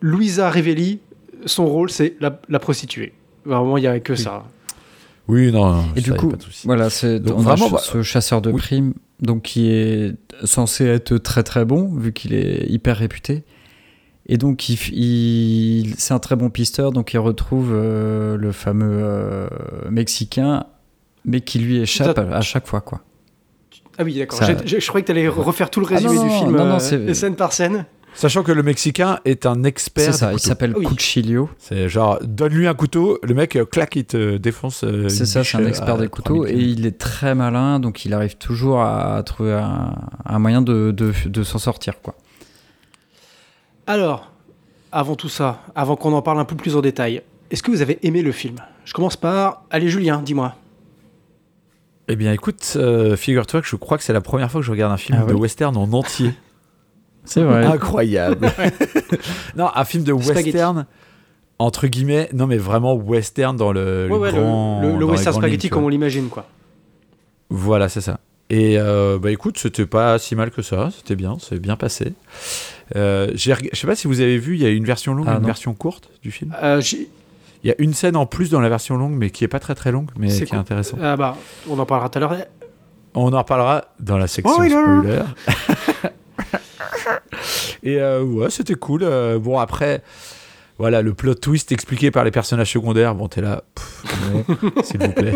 S4: Louisa Rivelli, son rôle c'est la, la prostituée. Vraiment, il y a que ça.
S3: Oui, non.
S1: Et
S3: ça,
S1: du
S3: y a
S1: coup,
S3: pas de souci.
S1: voilà, c'est
S3: Donc
S1: on a
S3: vraiment,
S1: ch-
S3: bah,
S1: ce chasseur de
S3: oui.
S1: primes, donc qui est censé être très très bon vu qu'il est hyper réputé. Et donc, il, f- il- c'est un très bon pisteur, donc il retrouve euh, le fameux euh, mexicain, mais qui lui échappe à, à chaque fois, quoi.
S4: Ah oui, d'accord.
S1: Ça-
S4: J'ai- j'ai- Je croyais que t'allais refaire tout le
S1: Ah non,
S4: résumé
S1: non,
S4: du
S1: non,
S4: film,
S1: non, non,
S4: euh,
S1: c'est-
S4: scène par scène.
S3: Sachant que le Mexicain est un expert.
S1: C'est ça,
S3: du
S1: il
S3: couteau.
S1: s'appelle
S4: Oui.
S1: Cuchillo.
S3: C'est genre, donne-lui un couteau, le mec, euh, clac, il te défonce. euh,
S1: C'est
S3: une
S1: ça,
S3: biche,
S1: c'est un
S3: euh,
S1: expert
S3: à
S1: des
S3: 3000
S1: couteaux et
S3: kilomètres.
S1: il est très malin, donc il arrive toujours à trouver un, un moyen de, de- de s'en sortir. Quoi.
S4: Alors, avant tout ça, avant qu'on en parle un peu plus en détail, est-ce que vous avez aimé le film Je commence par. Allez, Julien, dis-moi.
S3: Eh bien, écoute, euh, figure-toi que je crois que c'est la première fois que je regarde un film
S1: Ah ouais.
S3: de western en entier.
S1: C'est
S3: Ah,
S1: vrai.
S3: Incroyable. non, un film de
S4: Spaghetti.
S3: western, entre guillemets, non mais vraiment western dans le, le
S4: Ouais, ouais, le-
S3: grand-
S4: le, le
S3: dans les
S4: western
S3: grandes
S4: spaghetti
S3: lignes, tu
S4: comme on
S3: vois.
S4: l'imagine, quoi.
S3: Voilà, c'est ça. Et euh, bah écoute, c'était pas si mal que ça, c'était bien, c'est bien passé. Euh, j'ai reg- je sais pas si vous avez vu, il y a une version longue,
S1: Ah,
S3: et une
S1: non.
S3: version courte du film.
S4: Euh, j'ai-
S3: Il y a une scène en plus dans la version longue, mais qui est pas très très longue, mais
S4: C'est
S3: qui
S4: cool.
S3: est intéressante.
S4: ah bah, on en parlera tout à l'heure.
S3: On en reparlera dans la section
S4: Spoiler.
S3: spoiler. Et euh, ouais, c'était cool. Euh, bon, après, voilà, le plot twist expliqué par les personnages secondaires. Bon, t'es là, pff, ouais, s'il vous plaît.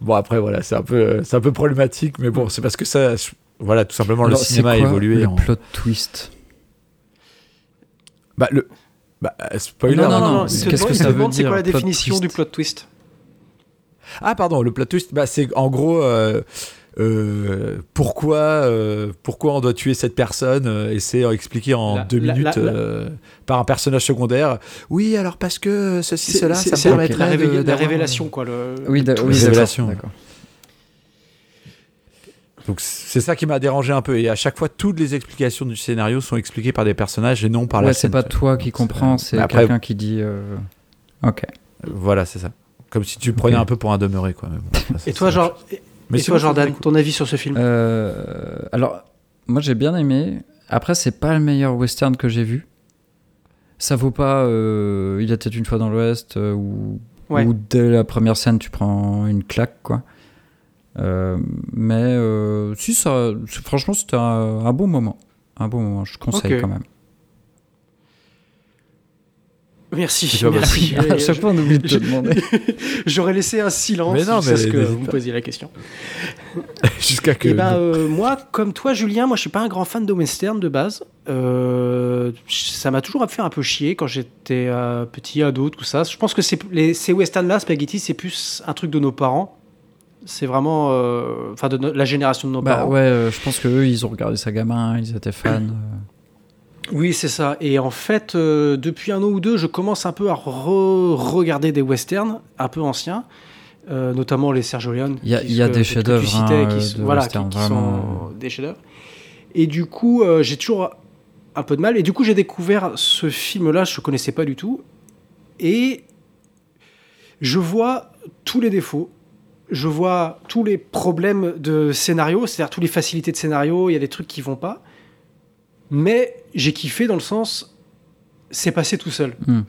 S3: bon, après, voilà, c'est un, peu- c'est un peu problématique, mais bon, c'est parce que ça, je- voilà, tout simplement, le
S1: Alors, c'est
S3: cinéma a
S1: quoi
S3: évolué.
S1: Le
S3: en...
S1: plot twist.
S3: Bah, le... bah, euh, spoiler.
S1: Non, non, non,
S4: il
S1: c'est-
S4: te
S1: qu'est-ce
S4: demande-
S1: que
S4: il te
S1: ça veut
S4: demande C'est
S1: dire,
S4: quoi la
S1: plot
S4: définition
S1: twist
S4: du plot twist
S3: Ah pardon, le plot twist, bah, c'est en gros euh, euh, pourquoi, euh, pourquoi on doit tuer cette personne euh, et c'est euh, expliqué en
S4: La-
S3: deux
S4: la-
S3: minutes
S4: la- la-
S3: euh, par un personnage secondaire. Oui, alors parce que ceci,
S4: C'est-
S3: cela,
S4: c'est-
S3: ça
S4: c'est
S3: permettrait
S4: la, révé-
S3: de-
S4: la
S3: d'avoir-
S4: révélation, quoi. Le...
S1: Oui, d'a-
S4: tout-
S1: oui,
S3: les
S1: d'accord,
S3: révélations.
S1: d'accord.
S3: Donc c'est ça qui m'a dérangé un peu et à chaque fois toutes les explications du scénario sont expliquées par des personnages et non par
S1: Ouais,
S3: la
S1: c'est
S3: scène.
S1: pas toi qui
S3: Donc,
S1: comprends, c'est
S3: Mais après-
S1: quelqu'un qui dit. euh, Ok.
S3: Euh, Voilà, c'est ça. Comme si tu le prenais un peu pour un demeuré quoi. Mais bon, ça,
S4: Et
S3: c'est-
S4: toi, genre, et-
S3: Mais
S4: et
S3: sinon,
S4: toi,
S3: ça,
S4: Jordan,
S3: c'est cool.
S4: ton avis sur ce film
S1: Euh, alors, moi j'ai bien aimé. Après, c'est pas le meilleur western que j'ai vu. Ça vaut pas. euh, il était une fois dans l'Ouest euh, ou
S4: Ouais.
S1: ou dès la première scène tu prends une claque quoi. Euh, mais euh, si ça, c'est- franchement c'était un, un bon moment, un bon moment. Je conseille
S4: Ok.
S1: quand même.
S4: Merci,
S3: C'est pas
S4: merci.
S1: À chaque fois on oublie de te
S4: je-
S1: demander.
S4: J'aurais laissé un silence
S3: Mais non,
S4: jusqu'à
S3: mais
S4: ce que
S3: n'hésite
S4: vous me
S3: pas.
S4: posiez la question.
S3: jusqu'à que
S4: Eh ben, euh, moi, comme toi, Julien, moi, je suis pas un grand fan de western de base. Euh, ça m'a toujours fait un peu chier quand j'étais euh, petit, ado, tout ça. Je pense que c'est les, ces westerns-là, spaghetti, c'est plus un truc de nos parents. C'est vraiment, euh, enfin, de no- la génération de nos
S1: Bah
S4: parents.
S1: ouais, euh, je pense que eux ils ont regardé ça gamin, hein, ils étaient fans. euh.
S4: Oui, c'est ça. Et en fait, euh, depuis un an ou deux, je commence un peu à re- regarder des westerns un peu anciens, euh, notamment les Sergio Leone.
S1: Il y a-
S4: qui-
S1: il y a
S4: que-
S1: des
S4: que
S1: chefs-d'œuvre,
S4: tu
S1: hein,
S4: citais, qui
S1: euh,
S4: sont-
S1: de
S4: voilà, qui-
S1: westerns,
S4: qui
S1: vraiment.
S4: sont des chefs-d'œuvre. Et du coup, euh, j'ai toujours un peu de mal. Et du coup, j'ai découvert ce film-là, je ne connaissais pas du tout. Et je vois tous les défauts. Je vois tous les problèmes de scénario, c'est-à-dire toutes les facilités de scénario. Il y a des trucs qui vont pas. Mais j'ai kiffé dans le sens, c'est passé tout seul.
S1: Hmm.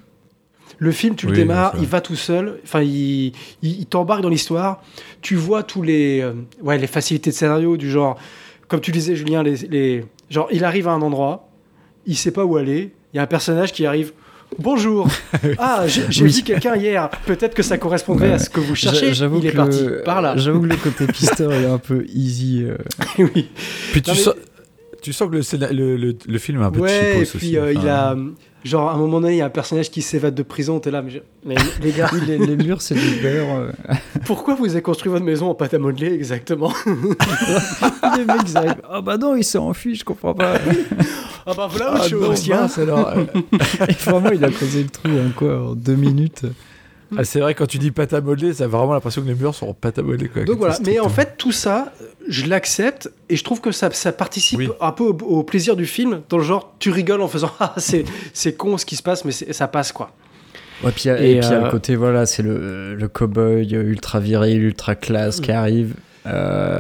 S4: Le film, tu le
S3: Oui,
S4: démarres,
S3: c'est vrai.
S4: il va tout seul, enfin, il, il, il t'embarque dans l'histoire. Tu vois tous les, euh, ouais, les facilités de scénario du genre, comme tu disais, Julien, les, les- genre, il arrive à un endroit, il sait pas où aller, il y a un personnage qui arrive. Bonjour. Ah, j'ai j'ai
S1: Oui.
S4: vu quelqu'un hier. Peut-être que ça correspondrait
S1: Ouais.
S4: à ce que vous
S1: J'a-
S4: cherchez.
S1: J'avoue
S4: il est
S1: que
S4: parti
S1: le-
S4: par là.
S1: J'avoue que le côté pisteur est un peu easy. euh.
S4: oui.
S3: Puis tu,
S4: Non, mais-
S3: sens, tu sens que le, scéna- le, le- le film est un peu
S4: Ouais, et
S3: cheapos aussi,
S4: puis euh, il
S3: enfin.
S4: a. Genre, à un moment donné, il y a un personnage qui s'évade de prison, t'es là, mais, je- mais les gars,
S1: Oui, les, les murs, c'est du beurre. euh.
S4: pourquoi vous avez construit votre maison en pâte à modeler exactement
S1: les mecs, ils arrivent. Ah bah non, il s'est enfui, je comprends pas.
S4: Ah bah voilà
S3: Ah
S4: autre chose
S3: non,
S4: aussi, hein.
S3: mince, alors, euh,
S1: Et vraiment, il a creusé le trou en quoi En deux minutes
S3: ah, c'est vrai, quand tu dis pâte à modeler, ça a vraiment l'impression que les murs sont en pâte à modeler. quoi.
S4: Donc voilà,
S3: C'est
S4: mais en
S3: tout-
S4: fait, tout ça, je l'accepte et je trouve que ça, ça participe
S3: Oui.
S4: un peu au, au plaisir du film, dans le genre, tu rigoles en faisant Ah, c'est, c'est con ce qui se passe, mais c'est- ça passe quoi.
S1: Ouais, puis, il y a-
S4: Et,
S1: et puis il y a
S4: euh,
S1: le côté, voilà, c'est le, le cow-boy euh, ultra viril, ultra classe qui arrive. Euh,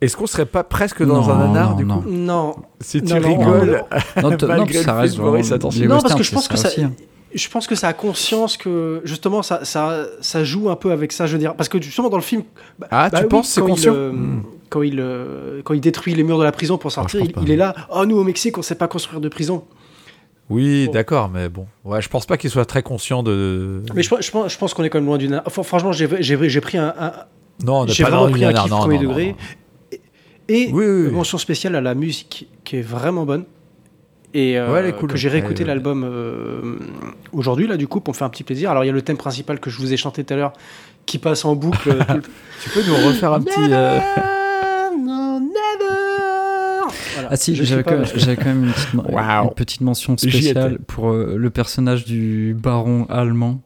S3: Est-ce qu'on serait pas presque dans
S1: Non,
S3: un anard
S1: non,
S3: du coup
S1: non.
S4: Non,
S3: Si tu
S4: non, non,
S3: rigoles,
S4: Ah,
S1: non, t-
S3: Malgré
S1: non,
S3: le film,
S1: ça reste
S3: Boris,
S1: vraiment-
S3: attention.
S1: les
S4: Non, parce
S1: westerns,
S4: que je
S1: c'est
S4: pense que ça-
S1: aussi, hein.
S4: je pense que ça a conscience que justement, ça, ça, ça joue un peu avec ça, je veux dire. Parce que justement, dans le film,
S3: Ah,
S4: Bah
S3: tu
S4: oui,
S3: penses c'est
S4: quand il,
S3: conscient
S4: euh,
S3: Hmm.
S4: quand, il, euh, quand il détruit les murs de la prison pour sortir,
S3: Ah, pense
S4: il,
S3: pas.
S4: il est là. Oh, nous au Mexique, on sait pas construire de prison.
S3: Oui,
S4: bon.
S3: d'accord, mais bon. Ouais, je pense pas qu'il soit très conscient de.
S4: Mais je, pense- je pense, je pense qu'on est quand même loin d'une. Enfin, franchement, j'ai j'ai- j'ai pris un. un-
S3: non, on n'est
S4: j'ai
S3: pas
S4: vraiment
S3: dans
S4: pris un
S3: l'anard,
S4: kiff
S3: non,
S4: premier
S3: non, non,
S4: degré.
S3: non.
S4: Et
S3: Oui, oui, oui.
S4: mention spéciale à la musique qui est vraiment bonne. Et euh,
S3: Ouais, elle est cool.
S4: que j'ai réécouté
S3: Ouais, ouais.
S4: l'album euh, aujourd'hui, là, du coup, pour me faire un petit plaisir. Alors, il y a le thème principal que je vous ai chanté tout à l'heure qui passe en boucle. tout le temps.
S3: Tu peux nous refaire un petit. euh,
S4: No, never. Voilà.
S1: Ah si,
S4: Je sais
S1: j'avais
S4: pas,
S1: quand, même-
S4: je-
S1: j'avais quand même une petite,
S3: Waouh.
S1: une petite mention
S3: J'y étais.
S1: spéciale pour euh, le personnage du baron allemand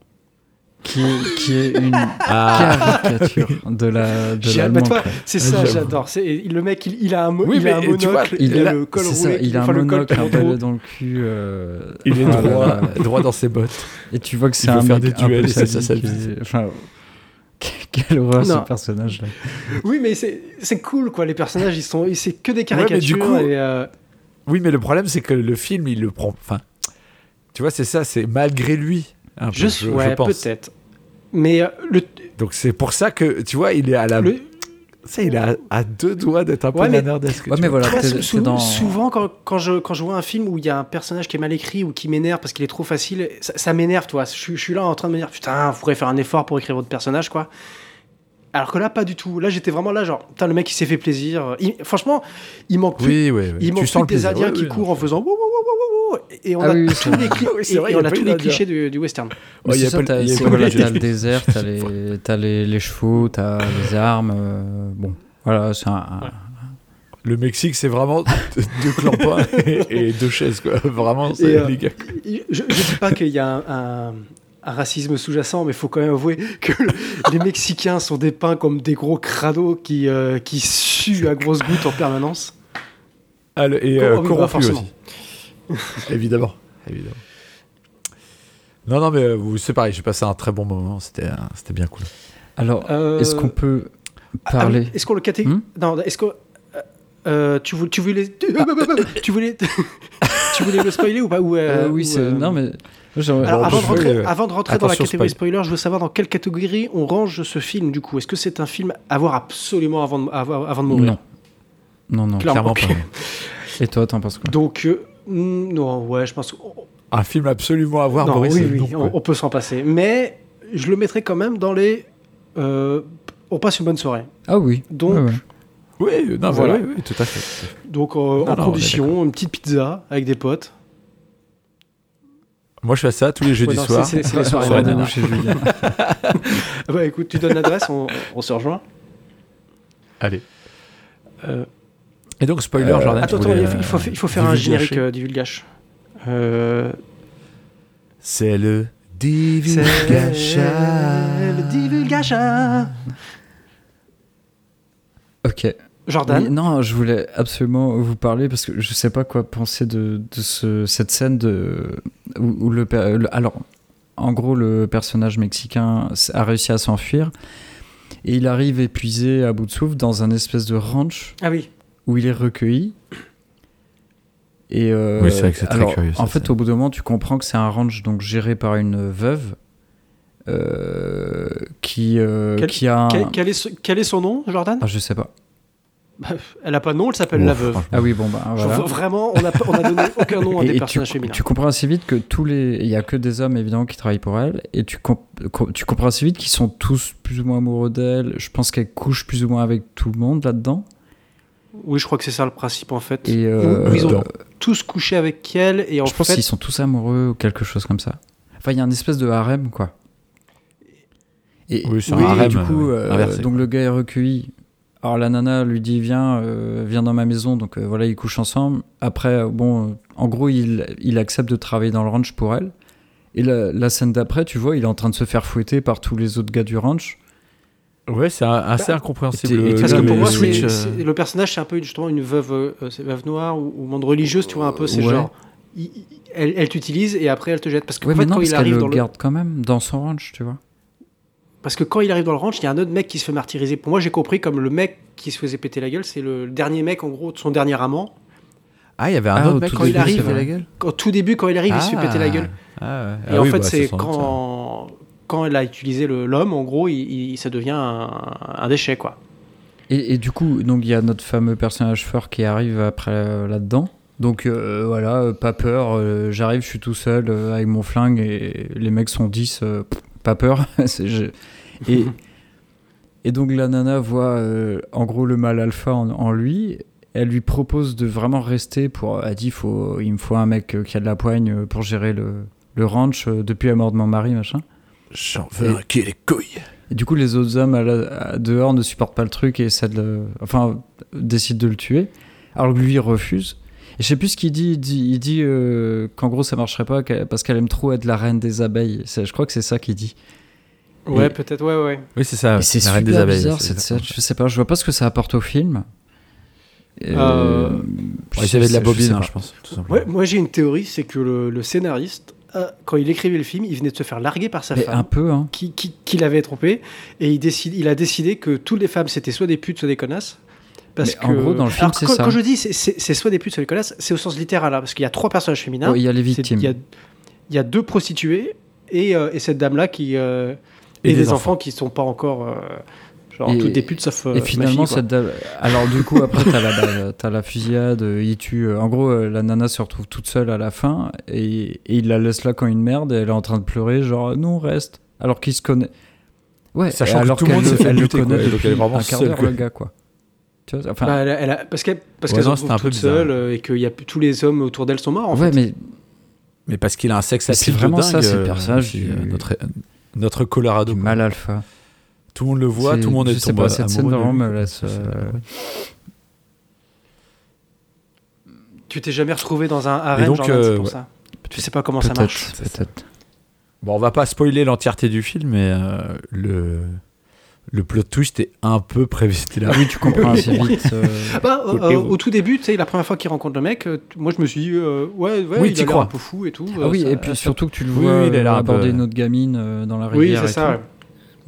S1: qui est, qui est une
S3: Ah.
S1: caricature de la de
S4: J'ai- bah,
S1: l'allemand.
S4: toi,
S1: quoi. Ah,
S4: c'est ça,
S3: J'avoue.
S4: j'adore. C'est il- le mec, il, il a un, mo-
S3: Oui,
S4: il a un
S3: mais, tu vois,
S4: monocle,
S1: Il
S4: il a
S1: a,
S4: le col
S1: c'est ça,
S4: roulé,
S1: il a un
S4: enfin, le col
S1: monocle
S4: qui
S1: un
S4: rentre
S1: balai
S4: au-
S1: dans le cul. euh,
S3: Il est
S1: voilà.
S3: droit, euh, droit dans ses bottes.
S1: Et tu vois que c'est
S3: veut
S1: un
S3: faire
S1: mec
S3: des duels,
S1: un peu
S3: c'est ça,
S1: sadique
S3: sa
S1: et- Enfin, quelle horreur
S4: Non.
S1: ce personnage-là.
S4: Oui, mais c'est c'est cool, quoi. Les personnages, ils sont, ils- c'est que des
S3: mais
S4: caricatures.
S3: du coup-
S4: et,
S1: Ah,
S4: euh,
S3: Oui, mais le problème, c'est que le film, il le prend. Enfin, tu vois, c'est ça, c'est malgré lui. un
S1: bah,
S3: peu,
S4: je, suis- ouais,
S3: pense.
S4: peut-être. Mais euh, le,
S3: Donc c'est pour ça que, tu vois, il est à la.
S4: le-
S3: Ça, il est à, à deux doigts d'être un peu
S4: Ouais, mais-
S3: nanardesque,
S1: Ouais,
S3: tu
S1: mais
S3: vois.
S1: voilà,
S4: très
S1: t'es-
S4: sou-
S1: t'es
S4: sou-
S1: dans-
S4: souvent quand, quand je, quand je vois un film où il y a un personnage qui est mal écrit ou qui m'énerve parce qu'il est trop facile, ça, ça m'énerve, toi. Je, suis- je suis là en train de me dire putain, vous pourrez faire un effort pour écrire votre personnage, quoi. Alors que là, pas du tout. Là, j'étais vraiment là, genre, putain, le mec, il s'est fait plaisir. Il- franchement, il manque plus
S3: Oui, oui, oui.
S4: Il manque
S3: tu
S4: plus
S3: sens
S4: que
S3: le
S4: des
S3: plaisir.
S4: Indiens
S3: Ouais,
S4: qui
S3: ouais,
S4: courent
S3: non.
S4: en faisant wow, wow, wow, wow, wow, wow et on
S1: Ah
S4: a
S1: oui, oui,
S4: tous
S1: c'est
S4: les, cli-
S3: Oui, c'est
S4: et
S3: vrai, il y
S4: on
S3: a
S4: a
S3: pas eu
S4: tous les
S3: d'Indiens.
S4: clichés du, du western.
S1: Mais
S3: Ouais, il y
S1: c'est
S3: a
S1: ça,
S3: pas le-
S1: t'as
S3: il y a
S1: c'est-
S3: pas
S1: voilà,
S3: le-
S1: t'as le désert, t'as les, t'as les, les chevaux, t'as les armes. euh, bon, voilà, c'est un. un-
S3: Le Mexique, c'est vraiment deux clampins et, et deux chaises, quoi. Vraiment, c'est
S4: Et, euh,
S3: les gars.
S4: Je ne dis pas qu'il y a un, un- un racisme sous-jacent, mais il faut quand même avouer que le- les Mexicains sont dépeints comme des gros crados qui, euh, qui suent à grosses gouttes en permanence.
S3: Ah, le- et
S4: Cor-
S3: euh,
S4: oui, bah,
S3: corrompus
S4: forcément.
S3: aussi. évidemment, évidemment. Non, non, mais euh, vous- c'est pareil, j'ai passé un très bon moment, c'était euh, c'était bien cool.
S1: Alors,
S4: Euh,
S1: est-ce qu'on peut
S4: Ah
S1: parler
S4: oui, Est-ce qu'on le catégorise
S1: Hmm
S4: Non, est-ce que. euh, euh, tu, voulais, tu, voulais,
S1: Ah.
S4: tu, voulais, tu voulais le spoiler ou pas ou, euh,
S1: Euh,
S4: ou,
S1: Oui, c'est.
S4: euh,
S1: Non, mais. j'aurais-
S4: Alors,
S3: Bon,
S4: avant,
S3: bah,
S4: de
S3: je vais,
S4: rentrer,
S3: euh,
S4: avant de rentrer dans la
S3: attention,
S4: catégorie
S3: spoil.
S4: spoiler, je veux savoir dans quelle catégorie on range ce film du coup. Est-ce que c'est un film à voir absolument avant de, avant, avant de mourir
S1: Non. Non, non.
S4: Clairement.
S3: Clairement
S4: ok.
S3: pas.
S1: Et toi, t'en penses quoi
S4: Donc, euh, mm, non, ouais, je pense. qu'on-
S3: Un film absolument à voir,
S4: non,
S3: Boris.
S4: oui,
S3: euh,
S4: oui,
S3: non,
S4: on,
S3: quoi.
S4: on peut s'en passer. Mais je le mettrai quand même dans les. euh, on passe une bonne soirée.
S1: Ah oui.
S4: Donc,
S1: ouais, ouais.
S3: Oui, euh, non,
S4: Voilà.
S3: voilà. oui, oui, tout à fait. tout à fait.
S4: donc euh, en
S3: Ah non, on est
S4: condition, une petite pizza avec des potes.
S3: Moi, je fais ça tous les jeudis
S4: Ouais, non,
S3: soirs.
S4: c'est- c'est- c'est les soirées
S3: Soirée
S1: Rendez-vous
S3: nana.
S1: chez Julien.
S4: Ah Bah écoute, tu donnes l'adresse, on, on se rejoint.
S3: Allez.
S4: Euh,
S3: Et donc, spoiler,
S1: Euh,
S3: Jordan.
S4: attends,
S3: tu
S4: attends,
S3: voulais,
S4: il faut- il faut,
S3: euh,
S4: il faut faire un
S3: divulgacher.
S4: générique euh, divulgage. Euh,
S3: C'est le
S4: C'est
S3: divulgacha.
S4: le divulgacha.
S1: ok.
S4: Jordan,
S1: Oui, non, je voulais absolument vous parler parce que je sais pas quoi penser de, de ce- cette scène de, où, où le, per- le- Alors, en gros, le personnage mexicain s- a réussi à s'enfuir et il arrive épuisé à bout de souffle dans un espèce de ranch
S4: ah oui,
S1: où il est recueilli. Et euh,
S3: Oui, c'est vrai que c'est très
S1: alors,
S3: curieux, ça,
S1: en fait,
S3: c'est-
S1: au bout d'un moment, tu comprends que c'est un ranch donc géré par une veuve euh, qui euh,
S4: Quel-
S1: qui a. un-
S4: Quel, quel est, ce- quel est son nom, Jordan Bah,
S1: Ah, je sais pas.
S4: Elle a pas de nom, elle s'appelle
S3: Ouf,
S4: la veuve.
S3: franchement.
S1: Bah, Ah oui, bon bah
S4: Je
S1: voilà.
S4: vois Vraiment, on a, pas- on a donné aucun nom à
S1: Et-
S4: des
S1: et tu,
S4: personnages féminins.
S1: tu comprends assez vite que tous les. Il n'y a que des hommes évidemment qui travaillent pour elle. Et tu, comp- com- tu comprends assez vite qu'ils sont tous plus ou moins amoureux d'elle. Je pense qu'elle couche plus ou moins avec tout le monde là-dedans.
S4: Oui, je crois que c'est ça le principe en fait.
S1: Et
S4: Où-
S1: euh,
S4: où ils ont
S3: euh,
S4: tous couché avec elle et en
S1: je pense
S4: fait,
S1: qu'ils sont tous amoureux ou quelque chose comme ça. Enfin, il y a une espèce de harem, quoi. Et,
S3: Oui, c'est
S4: un
S1: et
S3: harem,
S1: du coup,
S3: oui,
S1: euh,
S3: inversé,
S1: donc
S3: quoi.
S1: le gars est recueilli. Alors la nana lui dit viens, euh, viens dans ma maison. Donc euh, voilà, ils couchent ensemble. Après, euh, bon, euh, en gros, il, il accepte de travailler dans le ranch pour elle. Et la, la scène d'après, tu vois, il est en train de se faire fouetter par tous les autres gars du ranch.
S3: Ouais, c'est un- assez
S4: Bah,
S3: incompréhensible.
S1: Et- et-
S4: parce
S1: là,
S4: que pour
S1: le
S4: moi, euh,
S1: Switch, euh.
S4: c'est- c'est- le personnage, c'est un peu justement une veuve, euh, c'est veuve noire ou, ou monde religieuse, tu vois, un peu, c'est
S1: Ouais.
S4: genre, il- il- elle, elle t'utilise et après elle te jette. Parce que,
S1: Ouais,
S4: en
S1: mais
S4: fait,
S1: non,
S4: quand
S1: parce
S4: il
S1: qu'elle
S4: arrive
S1: le
S4: dans le,
S1: garde quand même dans son ranch, tu vois.
S4: parce que quand il arrive dans le ranch, il y a un autre mec qui se fait martyriser. Pour moi, j'ai compris comme le mec qui se faisait péter la gueule, c'est le dernier mec, en gros, de son dernier amant.
S3: Ah, il y avait un
S1: Ah, au
S3: autre mec
S1: tout
S3: quand il
S1: début,
S3: arrive.
S1: c'est vrai.
S3: gueule
S4: Au tout début, quand il arrive, il se fait péter la gueule.
S3: hein. Ah, ouais.
S4: Et
S3: Ah
S4: en
S3: oui,
S4: fait,
S3: bah,
S4: c'est
S3: sans doute, ça.
S4: quand, quand elle a utilisé le- l'homme, en gros, il, il- ça devient un, un déchet, quoi.
S1: Et, et du coup, donc il y a notre fameux personnage fort qui arrive après euh, là-dedans. Donc euh, voilà, euh, pas peur, euh, j'arrive, je suis tout seul euh, avec mon flingue et les mecs sont 10, euh, pff, pas peur. c'est- je- et, et donc la nana voit euh, en gros le mal alpha en, en lui. Elle lui propose de vraiment rester pour. Elle dit faut, il me faut un mec euh, qui a de la poigne euh, pour gérer le, le ranch euh, depuis la mort de mon mari, machin.
S3: J'en veux un qui ait les couilles.
S1: Et du coup, les autres hommes à la- à- dehors ne supportent pas le truc et essaient de le- enfin, décident de le tuer. Alors que lui, il refuse. Et je sais plus ce qu'il dit. Il dit, il dit, euh, qu'en gros, ça marcherait pas qu'elle- parce qu'elle aime trop être la reine des abeilles. C'est- Je crois que c'est ça qu'il dit.
S4: Ouais,
S1: Et-
S4: peut-être, ouais, ouais.
S3: Oui, c'est ça.
S1: et c'est
S3: Ah, la
S1: super
S3: reine des abeilles.
S1: bizarre
S3: c'est
S1: cette
S3: ça.
S1: scène. Je sais pas, je vois pas ce que ça apporte au film. Euh,
S4: Euh,
S1: je
S3: Ouais, il y avait de
S1: sais-
S3: la
S1: je sais
S3: bobine, hein,
S1: pas.
S3: je pense. tout simplement.
S4: Ouais, moi j'ai une théorie, c'est que le, le scénariste, euh, quand il écrivait le film, il venait de se faire larguer par sa
S1: Mais
S4: femme,
S1: un peu, hein.
S4: qui, qui- qui l'avait trompé, et il, décide, il a décidé que toutes les femmes c'était soit des putes, soit des connasses. Parce
S1: Mais en
S4: que-
S1: gros, dans le film,
S4: Alors,
S1: c'est
S4: quand,
S1: ça.
S4: Quand je dis c'est- c'est c'est soit des putes, soit des connasses, c'est au sens littéral, hein, parce qu'il y a trois personnages féminins.
S1: Ouais, il Hein y a les
S4: C'est-
S1: victimes.
S4: Il y a, il y a deux prostituées et, euh, et cette dame-là qui. euh, et, des, enfants. qui sont pas encore. euh, genre
S1: Et-
S4: toutes des putes sauf. euh,
S1: Et finalement,
S4: ma fille, quoi.
S1: cette dame- alors du coup, après, t'as la, t'as la fusillade, euh, il tue. euh, En gros, euh, la nana se retrouve toute seule à la fin et, et il la laisse là quand une merde et elle est en train de pleurer, genre non, reste. Alors qu'il se connaît. Ouais, et
S3: Sachant que
S1: alors
S3: tout le monde
S1: qu'elle
S3: s'est fait
S1: elle le
S3: buter, quoi,
S1: connaît
S3: et donc
S1: depuis
S3: elle est vraiment
S1: un quart
S3: seule,
S1: d'heure,
S3: quoi.
S1: le gars, quoi. Tu vois, enfin,
S4: Bah, elle a- elle a- parce qu'elle parce
S3: Ouais,
S4: qu'elle
S3: non,
S4: se
S3: c'était
S4: retrouve
S3: un peu
S4: toute
S3: bizarre.
S4: seule euh, et que y a, plus- tous les hommes autour d'elle sont morts. En
S1: ouais,
S4: fait.
S1: mais
S3: Mais parce qu'il a un sexe
S1: Mais c'est
S3: assez
S1: vraiment
S3: dingue,
S1: ça, c'est le
S3: euh,
S1: personnage
S3: puis,
S1: du-
S3: euh, notre, notre Colorado.
S1: du
S3: quoi.
S1: mal alpha.
S3: Tout le monde le voit,
S1: C'est-
S3: tout le monde
S1: je
S3: est
S1: sais
S3: tombé
S1: pas, cette scène
S3: amoureux de
S1: vraiment
S3: lui,
S1: me
S3: quoi.
S1: laisse, euh,
S4: Tu t'es jamais retrouvé dans un harem,
S3: Et donc,
S4: donc, Jordan, c'est
S3: euh,
S4: pour
S3: ouais.
S4: ça. Tu sais pas comment Oh, ça marche.
S1: Peut-être, peut-être.
S3: Bon, on va pas spoiler l'entièreté du film, mais euh, le le plot twist est un peu prévisible.
S1: Ah Oui, tu comprends assez vite. euh,
S4: Ah bah, euh,
S3: Côté
S4: euh,
S3: héros.
S4: au tout début, tu sais, la première fois qu'il rencontre le mec, euh, tu- moi je me suis dit, euh, ouais, ouais,
S3: Oui,
S4: il
S3: t'y
S4: a l'air
S3: crois.
S4: un peu fou et tout.
S1: Ah
S4: euh,
S1: oui,
S4: ça-
S1: et puis
S4: ça-
S1: surtout que tu le
S3: Oui,
S1: vois
S3: oui, il a
S1: euh,
S3: l'air un
S1: aborder
S3: peu-
S1: une autre gamine euh, dans la rivière.
S4: Oui, c'est
S1: et tout.
S4: ça. ouais.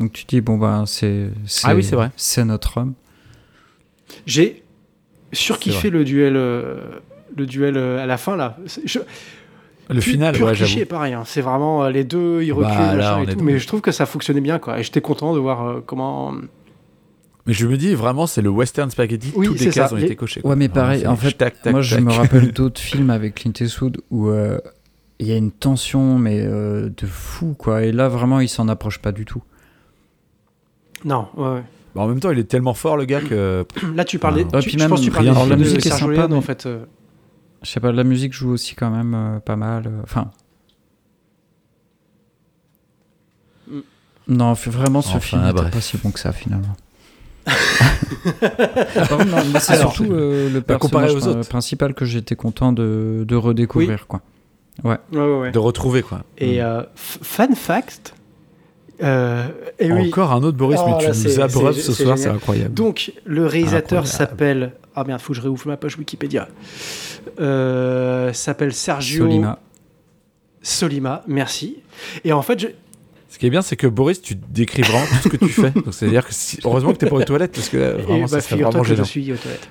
S1: Donc tu te dis, bon, bah, c'est.
S3: Ah oui, c'est vrai.
S1: C'est notre homme.
S4: J'ai surkiffé
S3: C'est
S4: le duel, euh, le duel euh, à la fin là. C'est- Je,
S3: Le
S4: Pu-
S3: final,
S4: Ah, pur
S3: ouais,
S4: cliché,
S3: j'avoue.
S4: pareil. hein. C'est vraiment euh, les deux, ils
S3: Bah,
S4: reculent,
S3: là,
S4: machin
S3: on
S4: et
S3: est
S4: tout.
S3: dans-
S4: Mais je trouve que ça fonctionnait bien, quoi. Et j'étais content de voir euh, comment.
S3: Mais je me dis vraiment, c'est le western spaghetti.
S4: Oui,
S3: Toutes
S4: c'est
S3: les cases
S4: ça.
S3: ont
S4: Il y a-
S3: été cochées.
S1: Ouais, mais pareil, en fait, Moi, je me rappelle d'autres films avec Clint Eastwood où euh, il y a une tension, mais euh, de fou, quoi. Et là, vraiment, il s'en approche pas du tout.
S4: Non, ouais,
S3: en même temps, il est tellement fort, le gars, que
S4: ouais. Là, tu parlais.
S1: Ah,
S4: tu-
S1: puis
S4: je
S1: même,
S4: pense que tu
S1: rien,
S4: parlais
S1: alors,
S4: du
S1: la
S4: film de
S1: musique est
S4: Sergio
S1: sympa,
S4: Leone,
S1: mais-
S4: en fait. euh,
S1: Je sais pas, la musique joue aussi quand même euh, pas mal. euh, Enfin.
S4: Mm.
S1: Non, f- vraiment, ce
S3: Enfin,
S1: film n'était
S3: bref.
S1: pas si bon que ça, finalement. Par contre, non, mais c'est
S3: Alors,
S1: surtout euh, le
S3: bah, comparé
S1: personnage
S3: aux
S1: euh,
S3: autres.
S1: principal que j'étais content de, de redécouvrir, quoi.
S4: Ouais, ouais, ouais.
S3: de retrouver quoi.
S4: Et euh, f- fun fact. euh, et oui.
S3: Encore un autre Boris,
S4: Oh,
S3: mais
S4: là,
S3: tu
S4: c'est-
S3: nous abreuves
S4: c'est-
S3: ce
S4: c'est
S3: soir, c'est
S4: génial.
S3: incroyable.
S4: Donc, le réalisateur
S3: Incroyable.
S4: s'appelle. Ah merde, faut que je réouvre ma page Wikipédia. Euh, s'appelle Sergio
S1: Solima.
S4: Solima, merci. Et en fait, je-
S3: Ce qui est bien, c'est que Boris, tu décris vraiment tout ce que tu fais. Donc, c'est-à-dire que si- heureusement que t'es pas aux toilettes, parce que là,
S4: Et
S3: euh, vraiment,
S4: bah,
S3: ça serait
S4: figure-toi
S3: vraiment
S4: que je
S3: gênant.
S4: suis aux toilettes.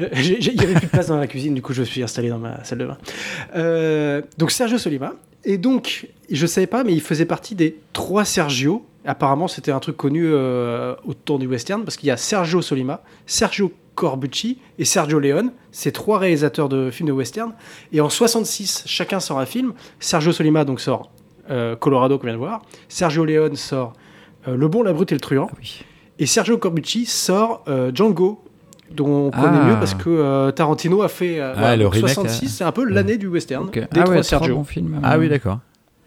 S4: Euh, j'ai- j'ai- Il n'y avait plus de place dans la cuisine, du coup, je suis installé dans ma salle de bain. Euh, donc, Sergio Solima. Et donc, je ne savais pas, mais il faisait partie des trois Sergio. Apparemment, c'était un truc connu euh, autour du western, parce qu'il y a Sergio Solima, Sergio Corbucci et Sergio Leone, ces trois réalisateurs de films de western. Et en 66, chacun sort un film. Sergio Solima donc sort euh, Colorado qu'on vient de voir. Sergio Leone sort euh, Le Bon, la Brute et le Truand.
S1: Ah oui.
S4: Et Sergio Corbucci sort euh, Django, dont on connaît
S1: Ah.
S4: mieux parce que euh, Tarantino a fait euh,
S3: Ah,
S4: voilà,
S3: le
S4: donc
S3: remake,
S4: 66, c'est un peu l'année du western.
S1: hein. Mm. Ok.
S4: Des
S1: Ah
S4: trois
S1: ouais, très
S4: Sergio.
S1: bon film.
S3: Ah oui, d'accord.
S1: hein.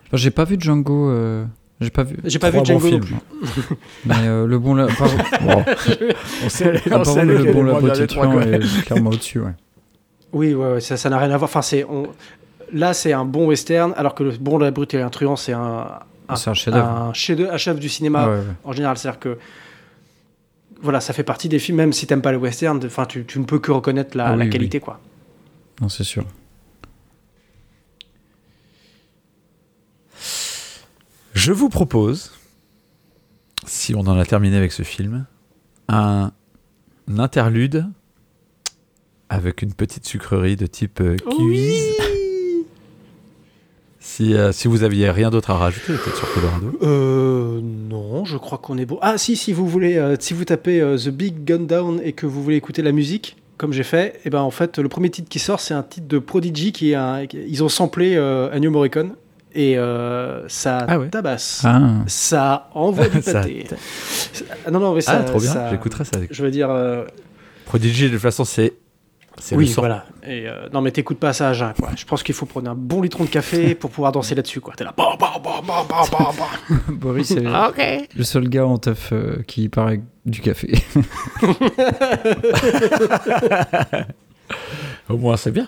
S1: Enfin, J'ai pas vu Django. euh, J'ai pas vu.
S4: J'ai pas vu
S3: Trois bons
S4: Django. non
S3: films.
S4: plus.
S1: Mais euh, le bon. La... Pardon.
S3: On sait, on
S1: Apparemment,
S3: sait
S1: le
S3: lequel
S1: bon
S3: est
S1: la
S3: le
S1: beauté
S3: dernier trois, quoi.
S1: est clairement au-dessus, ouais.
S4: Oui, ouais, ouais, ça ça n'a rien à voir. Enfin, c'est on- là c'est un bon western, alors que le bon la brute et l'intrus c'est un un
S1: C'est un chef-d'œuvre.
S4: un chef-d'œuvre un chef du cinéma
S1: Ouais, ouais.
S4: en général. C'est-à-dire que voilà, ça fait partie des films, même si t'aimes pas le western, de- enfin tu, tu ne peux que reconnaître la,
S1: Ah
S4: la
S1: oui, oui.
S4: qualité quoi.
S1: Non, c'est sûr.
S3: Je vous propose, si on en a terminé avec ce film, un interlude avec une petite sucrerie de type euh, quiz. Si, euh, si vous aviez rien d'autre à rajouter, peut-être sur Colorado.
S4: Euh, non, je crois qu'on est bon. Ah, si, si vous voulez, euh, si vous tapez euh, The Big Gun Down et que vous voulez écouter la musique, comme j'ai fait, et ben en fait, le premier titre qui sort, c'est un titre de Prodigy qui est un. qui- Ils ont samplé euh, Ennio Morricone et euh, ça
S3: Ah ouais.
S4: tabasse.
S1: Ah,
S4: Ça envoie du
S3: Ça-
S4: pâté. Ah, non, non, mais ça.
S3: ah, trop bien,
S4: ça-
S3: j'écouterai ça.
S4: Je veux dire. euh,
S3: Prodigy, de toute façon, c'est. c'est
S4: oui,
S3: le sang.
S4: voilà. Et, euh, non, mais t'écoutes pas ça à jeun, quoi. Je pense qu'il faut prendre un bon litron de café pour pouvoir danser là-dessus, quoi. T'es là. bah, bam, bam, bam, bam, bam, bam, bam.
S1: Boris, c'est Ah. le seul gars en teuf euh, qui paraît du café.
S3: Au moins, c'est bien.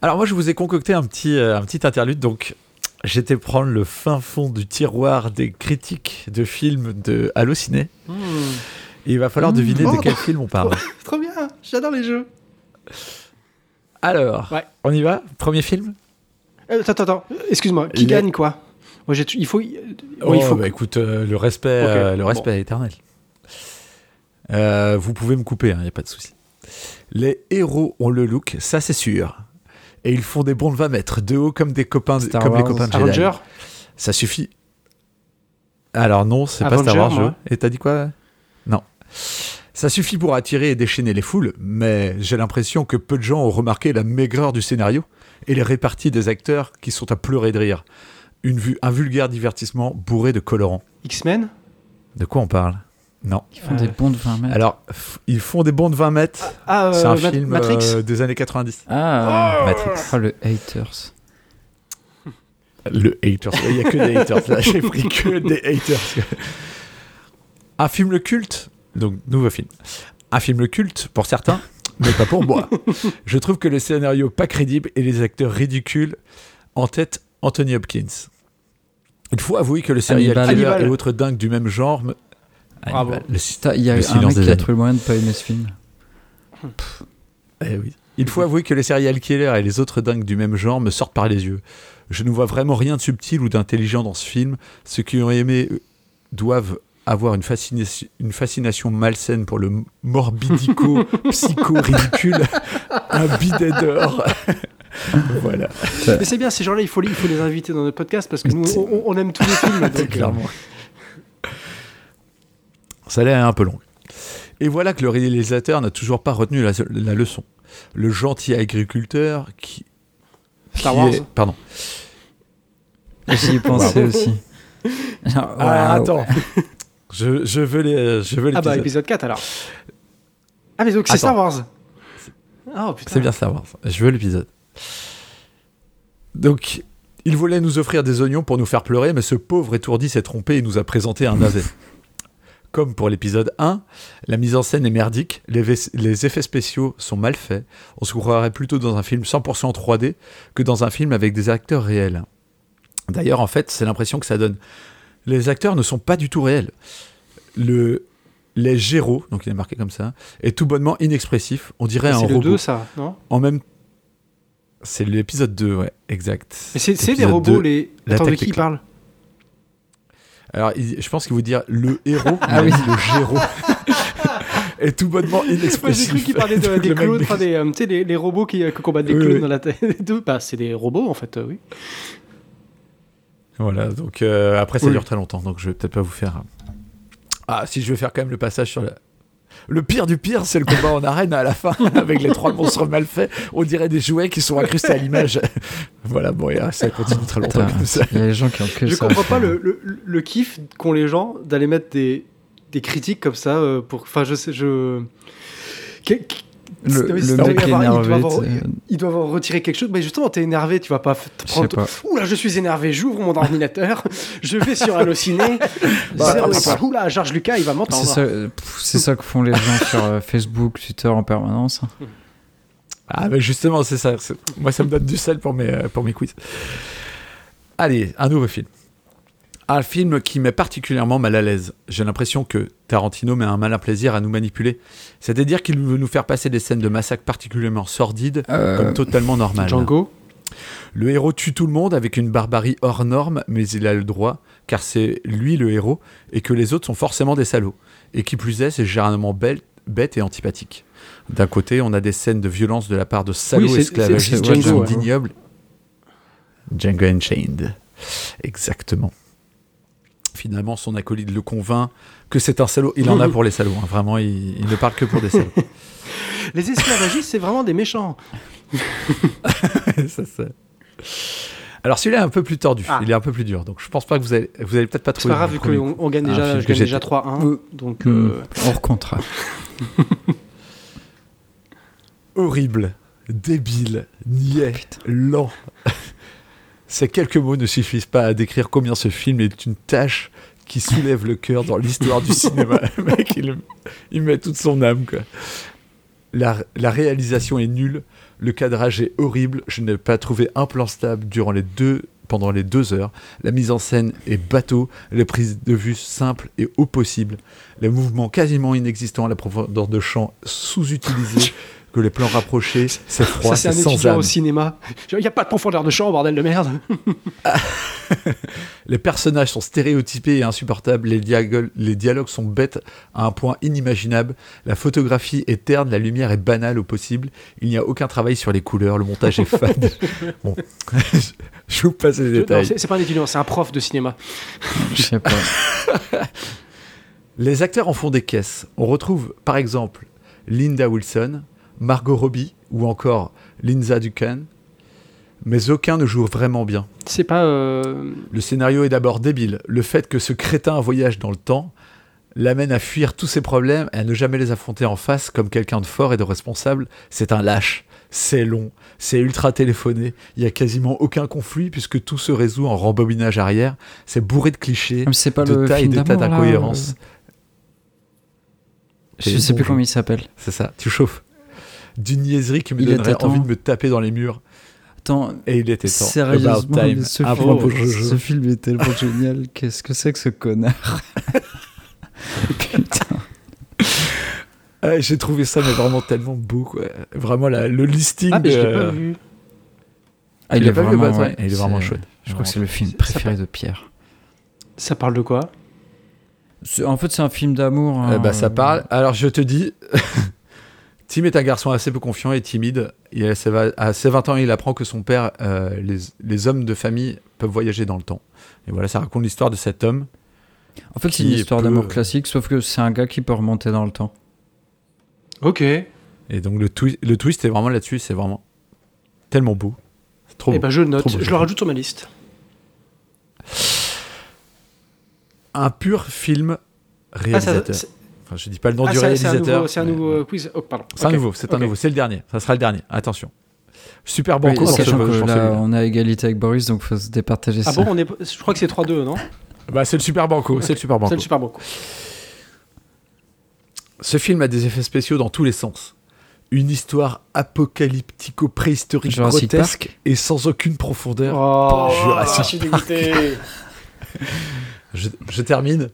S3: Alors, moi, je vous ai concocté un petit, euh, un petit interlude. Donc, j'étais prendre le fin fond du tiroir des critiques de films de Allociné.
S4: Hmm.
S3: Et il va falloir deviner
S4: Oh.
S3: de quel film on parle.
S4: Trop bien, j'adore les jeux.
S3: Alors,
S4: Ouais.
S3: on y va Premier film
S4: Euh, attends, attends, attends, excuse-moi, qui
S3: Les-
S4: gagne quoi Moi j'ai tu- il faut euh, oui, il
S3: Oh,
S4: faut
S3: bah, écoute, euh, le respect,
S4: Ok,
S3: euh, le
S4: bon.
S3: respect est éternel. Euh, vous pouvez me couper, il n'y a pas de souci. Les héros ont le look, ça c'est sûr. Et ils font des bons de 20 mètres, de haut comme des copains, de-
S1: Star
S3: comme les
S1: Wars.
S3: copains de Jedi.
S4: Avenger
S3: Ça suffit. Alors non, c'est pas
S4: Avenger,
S3: Star Wars.
S4: moi.
S3: je- Et t'as dit quoi Non. Ça suffit pour attirer et déchaîner les foules, mais j'ai l'impression que peu de gens ont remarqué la maigreur du scénario et les réparties des acteurs qui sont à pleurer de rire. Une vue, un vulgaire divertissement bourré de colorants.
S4: X-Men
S3: De quoi on parle
S4: Mm.
S3: Non.
S1: Ils font des bons de 20 mètres.
S3: Alors, f- ils font des bons de 20 mètres.
S4: Ah, euh,
S3: c'est un
S4: Ma-
S3: film
S4: Matrix
S3: euh, des années 90.
S1: Ah,
S3: Matrix.
S1: ah, le haters.
S3: Le haters. Il n'y a que des haters. Là, j'ai pris que des haters. Un film le culte. Donc, nouveau film. Un film le culte pour certains, mais pas pour moi. Je trouve que le scénario pas crédible et les acteurs ridicules en tête Anthony Hopkins. Il faut avouer que le serial
S1: Hannibal.
S3: killer
S4: Hannibal. Bah,
S3: et autres dingues du même genre. me-
S4: Bravo.
S3: Hannibal, le si-
S1: Putain, il y a
S3: Le
S1: un
S3: silence
S1: mec
S3: des
S1: qui a
S3: agneaux.
S1: trouvé le moyen de pas aimer ce film.
S3: Eh oui. Il faut avouer que les serial killers et les autres dingues du même genre me sortent par les yeux. Je ne vois vraiment rien de subtil ou d'intelligent dans ce film. Ceux qui ont aimé euh, doivent avoir une, fascination- une fascination malsaine pour le m- morbidico, psycho, ridicule, un bidet d'or. voilà.
S4: Mais c'est bien, ces gens-là, il faut, les- il faut les inviter dans notre podcast parce que nous,
S1: C'est-
S4: on, on aime tous les films. donc, euh,
S3: Clairement. Ça l'air un peu long. Et voilà que le réalisateur n'a toujours pas retenu la, la leçon. Le gentil agriculteur qui.
S4: Star
S3: qui
S4: Wars.
S3: est- pardon.
S1: J'y ai pensé aussi. Genre,
S3: Ah,
S1: waouh.
S3: attends. Je, je veux les, je veux
S4: Ah bah,
S3: l'épisode.
S4: épisode 4 alors. Ah, mais donc c'est
S3: Attends.
S4: Star Wars Oh putain.
S3: C'est bien Star Wars. Je veux l'épisode. Donc, il voulait nous offrir des oignons pour nous faire pleurer, mais ce pauvre étourdi s'est trompé et nous a présenté un navet. Comme pour l'épisode 1, la mise en scène est merdique, les, vais- les effets spéciaux sont mal faits, on se croirait plutôt dans un film 100% 3D que dans un film avec des acteurs réels. D'ailleurs, en fait, c'est l'impression que ça donne. Les acteurs ne sont pas du tout réels. Le, les Géros, donc il est marqué comme ça, est tout bonnement inexpressif, on dirait un
S4: Ah, C'est le
S3: robot.
S4: 2, ça, non
S3: En même C'est l'épisode 2, ouais, exact.
S4: Mais c'est c'est des
S3: Épisode
S4: robots,
S3: 2.
S4: les.
S3: l'attaque
S4: Attends, de
S3: des
S4: qui ils
S3: clans.
S4: parlent
S3: Alors, il- je pense qu'il vous dire le héros, ah oui, le géro. est tout bonnement
S4: Moi,
S3: inexpressif.
S4: j'ai cru qu'il parlait de-
S3: Le
S4: des
S3: mec
S4: clones,
S3: des-
S4: enfin, des, euh, tu sais, les, les robots qui, euh, que combattent des
S3: Oui,
S4: clones
S3: oui.
S4: dans la tête. et tout. Bah, c'est des robots, en fait, euh, oui.
S3: Voilà, donc euh, après ça
S1: Oui.
S3: dure très longtemps, donc je vais peut-être pas vous faire. Ah, si je vais faire quand même le passage sur la. Le pire du pire, c'est le combat en arène à la fin, avec les trois monstres mal faits. On dirait des jouets qui sont incrustés à l'image. voilà, bon, et là, ça continue très longtemps
S1: Putain,
S3: comme ça.
S1: Il y a des gens qui ont que
S4: Je
S1: ça. à
S4: comprends pas
S1: faire.
S4: le, le, le kiff qu'ont les gens d'aller mettre des, des critiques comme ça euh, pour. Enfin, je sais, je. Que- que-
S1: Le,
S4: Non, mais
S1: le
S4: c'est-
S1: mec
S4: il doit avoir- il
S1: énervé.
S4: doit avoir-
S1: t'sais,
S4: Il doit avoir retiré quelque chose. Mais justement, t'es énervé, tu vas pas f- te
S1: Je sais
S4: prendre.
S1: pas.
S4: Oula, je suis énervé, j'ouvre mon ordinateur, je vais sur Allociné.
S3: Bah,
S4: zéro
S3: bah,
S4: écoute. Oula, Georges Lucas, il va
S1: C'est
S4: m'entendre.
S1: ça, euh, pff, c'est ça que font les gens sur euh, Facebook, Twitter en permanence.
S3: Ah, mais justement, c'est ça. c'est- Moi, ça me donne du sel pour mes, euh, pour mes quiz. Allez, un nouveau film. Un film qui met particulièrement mal à l'aise. J'ai l'impression que Tarantino met un malin plaisir à nous manipuler. C'est-à-dire qu'il veut nous faire passer des scènes de massacre particulièrement sordides
S1: Euh,
S3: comme totalement normales.
S4: Django
S3: Le héros tue tout le monde avec une barbarie hors norme, mais il a le droit, car c'est lui le héros, et que les autres sont forcément des salauds. Et qui plus est, c'est généralement belle- bête et antipathique. D'un côté, on a des scènes de violence de la part de salauds
S4: Oui, c'est- c'est-
S3: esclavagistes
S4: c'est
S3: qui
S4: Django,
S3: sont
S4: ouais.
S3: d'ignobles. Django Unchained. Exactement. Finalement, son acolyte le convainc que c'est un salaud. Il en a pour les salauds. hein. Vraiment, il- il ne parle que pour des salauds.
S4: Les esclavagistes, c'est vraiment des méchants.
S3: Ça, ça. Alors celui-là est un peu plus tordu,
S4: Ah.
S3: il est un peu plus dur, donc je pense pas que vous allez, vous allez peut-être pas
S4: C'est
S3: trouver.
S4: pas grave,
S3: le
S4: vu
S3: premier.
S4: qu'on on
S1: Ah,
S4: gagne
S3: Un
S4: déjà,
S3: film
S4: je
S3: que
S4: gagne déjà
S3: j'ai-
S4: 3-1. Donc,
S1: Hmm,
S4: euh,
S1: Hors contrat.
S3: Horrible, débile, niais, lent. Ces quelques mots ne suffisent pas à décrire combien ce film est une tâche qui soulève le cœur dans l'histoire du cinéma. Le mec, il, il met toute son âme, quoi. La, la réalisation est nulle, le cadrage est horrible, je n'ai pas trouvé un plan stable durant les deux, pendant les deux heures, la mise en scène est bateau, les prises de vue simples et au possible, les mouvements quasiment inexistants, la profondeur de champ sous-utilisée, que les plans rapprochés, c'est froid,
S4: ça, c'est
S3: c'est
S4: un
S3: sans
S4: étudiant
S3: âme.
S4: au cinéma. Il n'y a pas de profondeur de champ, bordel de merde.
S3: Les personnages sont stéréotypés et insupportables, les, diago- les dialogues sont bêtes à un point inimaginable, la photographie est terne, la lumière est banale au possible, il n'y a aucun travail sur les couleurs, le montage est fade. bon, je vous passe les
S4: Je- non,
S3: détails.
S4: c'est c'est pas un étudiant, c'est un prof de cinéma.
S1: Je sais pas. Ah,
S3: Les acteurs en font des caisses. On retrouve par exemple Linda Wilson, Margot Robbie ou encore Linza Ducan, mais aucun ne joue vraiment bien.
S4: C'est pas. euh,
S3: Le scénario est d'abord débile. Le fait que ce crétin voyage dans le temps l'amène à fuir tous ses problèmes et à ne jamais les affronter en face comme quelqu'un de fort et de responsable, c'est un lâche. C'est long, c'est ultra téléphoné, il y a quasiment aucun conflit puisque tout se résout en rembobinage arrière, c'est bourré de clichés,
S1: Ah, mais C'est pas
S3: de
S1: le
S3: taille et
S1: film
S3: d'état
S1: d'amour, là,
S3: d'incohérence.
S1: euh, Je sais plus comment il s'appelle.
S3: C'est ça, tu chauffes. D'une niaiserie qui me
S1: Il
S3: donnerait
S1: était temps.
S3: envie de me taper dans les murs.
S1: Attends,
S3: Et il était temps.
S1: sérieusement,
S3: About time.
S1: mais ce,
S3: Un point
S1: film,
S3: pour Jojo.
S1: ce film est tellement génial. Qu'est-ce que c'est que ce connard Putain.
S3: Ah, J'ai trouvé ça mais vraiment tellement beau. quoi. Vraiment la- le listing.
S4: Ah, mais je l'ai
S3: de-
S4: pas vu.
S1: Ah,
S3: Tu
S1: il,
S3: l'as
S1: est
S3: pas vu,
S1: vraiment,
S3: Batman
S1: ouais,
S3: Il est vraiment
S1: c'est-
S3: chouette.
S1: Je crois que c'est le film
S4: Ça
S1: préféré de Pierre.
S4: Ça parle de quoi
S1: C'est- En fait, c'est un film d'amour.
S3: Eh
S1: hein,
S3: ben, ça
S1: euh,
S3: parle. Alors je te dis, Tim est un garçon assez peu confiant et timide. Il a ses va- à ses 20 ans, il apprend que son père, euh, les, les hommes de famille peuvent voyager dans le temps. Et voilà, ça raconte l'histoire de cet homme.
S1: En fait, c'est
S3: qui
S1: une histoire
S3: peut-
S1: d'amour classique, sauf que c'est un gars qui peut remonter dans le temps.
S4: Ok. Eh Et
S3: Et donc le, twi- le twist est vraiment là-dessus. C'est vraiment tellement beau. C'est trop beau.
S4: ben, je le
S3: Trop
S4: note,
S3: beau,
S4: je
S3: Jojo.
S4: le rajoute sur ma liste.
S3: Un pur film
S4: Ah, ça-
S3: réalisateur.
S4: c'est-
S3: Enfin, je dis pas le nom
S4: ah,
S3: du
S4: ça- c'est un
S3: réalisateur.
S4: nouveau, c'est un
S3: mais-
S4: nouveau euh, quiz. Oh, pardon.
S3: C'est un
S4: Ok.
S3: nouveau, c'est un
S4: Ok.
S3: nouveau, c'est le dernier. Ça sera le dernier. Attention. Super bon
S1: Oui,
S3: cours
S1: sachant
S3: pour
S1: que
S3: ce- pour
S1: là,
S3: celui-là.
S1: on a égalité avec Boris, donc faut se départager
S4: Ah
S1: ça.
S4: bon, on est, je crois que c'est 3-2, non
S3: Bah, c'est le super banco, c'est le super
S4: C'est
S3: banco.
S4: le super bon.
S3: Ce film a des effets spéciaux dans tous les sens. Une histoire apocalyptico-préhistorique
S1: Jurassic
S3: grotesque et sans aucune profondeur.
S4: Oh,
S3: Jurassic
S4: je suis dégoûté.
S3: Je, je termine.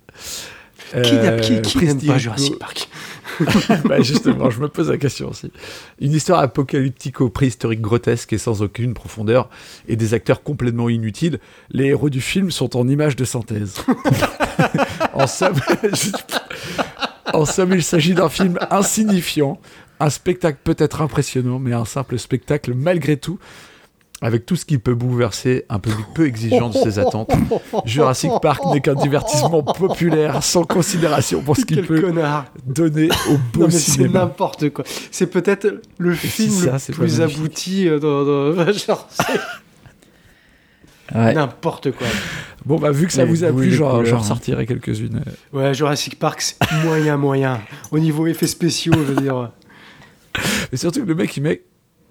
S4: Qui, n'a- qui,
S3: Euh,
S4: qui n'aime pas
S3: Prestige,
S4: Jurassic Park
S3: Bah, justement, je me pose la question aussi. Une histoire apocalyptico-préhistorique grotesque et sans aucune profondeur, et des acteurs complètement inutiles, les héros du film sont en images de synthèse. en, somme, en somme, il s'agit d'un film insignifiant, un spectacle peut-être impressionnant, mais un simple spectacle malgré tout, avec tout ce qui peut bouleverser un public peu exigeant de ses attentes. Jurassic Park n'est qu'un divertissement populaire sans considération pour ce qu'il
S4: Quel
S3: peut
S4: connard
S3: donné au beau
S4: Non, mais c'est
S3: cinéma.
S4: n'importe quoi. C'est peut-être le
S3: si
S4: film
S3: ça, c'est
S4: le
S3: pas
S4: plus
S3: magnifique.
S4: abouti euh, dans, dans- genre, c'est
S1: Ouais.
S4: n'importe quoi.
S3: Bon, bah, vu que ça
S1: Les
S3: vous a
S1: goûts et
S3: plu,
S1: les
S3: j'en
S1: couleurs,
S3: j'en
S1: hein.
S3: ressortirai quelques-unes.
S4: Ouais, Jurassic Park, c'est moyen, moyen. Au niveau effets spéciaux, je veux dire.
S3: Mais surtout, que le mec, il met.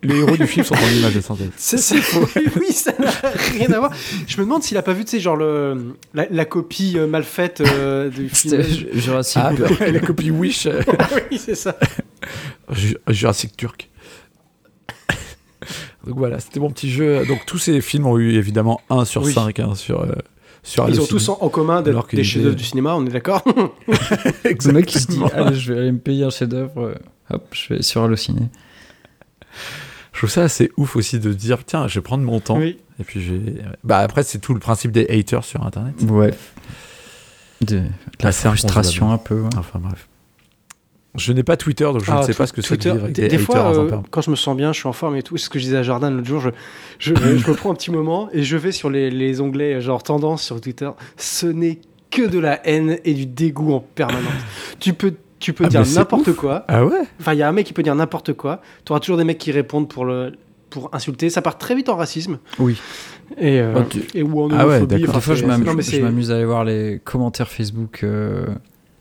S3: Les héros du film sont en image de synthèse.
S4: C'est faux. oui, ça n'a rien à voir. Je me demande s'il a pas vu, tu sais, genre le, la, la copie euh, mal faite euh, du film.
S1: C'était Ju- Jurassic
S3: Ah,
S1: Park.
S3: la copie Wish, euh,
S4: oui, c'est ça.
S3: Ju- Jurassic Turc. Donc voilà, c'était mon petit jeu. Donc tous ces films ont eu évidemment 1 sur
S4: Oui.
S3: 5 sur, euh, sur
S4: Ils ont
S3: Allociné.
S4: tous en, en commun d'être
S3: Alors qu'il
S4: des
S3: était-
S4: chefs-d'œuvre du cinéma, on est d'accord
S1: Le mec qui se dit
S3: Exactement.
S1: Allez, je vais aller me payer un chef-d'œuvre. euh, Hop, je vais sur Allociné.
S3: Je trouve ça assez ouf aussi de dire tiens, je vais prendre mon temps.
S4: Oui.
S3: Et puis j'ai. Bah après, c'est tout le principe des haters sur internet.
S1: Ouais. De, de la
S3: Ah, c'est
S1: frustration un peu. hein. ouais.
S3: Enfin bref. Je n'ai pas Twitter, donc je
S4: Ah,
S3: ne sais pas
S4: Twi-
S3: ce que c'est de
S4: Twitter.
S3: vivre avec
S4: Des,
S3: des,
S4: des fois,
S3: haters
S4: euh,
S3: impériaux.
S4: quand je me sens bien, je suis en forme et tout. C'est ce que je disais à Jardin l'autre jour. Je, je, je me prends un petit moment et je vais sur les, les onglets genre tendance sur Twitter. Ce n'est que de la haine et du dégoût en permanence. tu peux, tu peux
S3: Ah,
S4: dire
S3: mais c'est
S4: n'importe quoi.
S3: Ah ouais
S4: Enfin, il y a un mec qui peut dire n'importe quoi. Tu auras toujours des mecs qui répondent pour le pour insulter. Ça part très vite en racisme
S1: Oui.
S4: et, euh,
S1: Oh, tu-
S4: et ou en
S3: Ah ouais,
S4: homophobie.
S3: d'accord.
S4: Enfin,
S1: Des fois, je
S4: c'est- non, mais
S1: m'amuse je
S4: c'est-
S1: m'amuse à aller voir les commentaires Facebook. euh,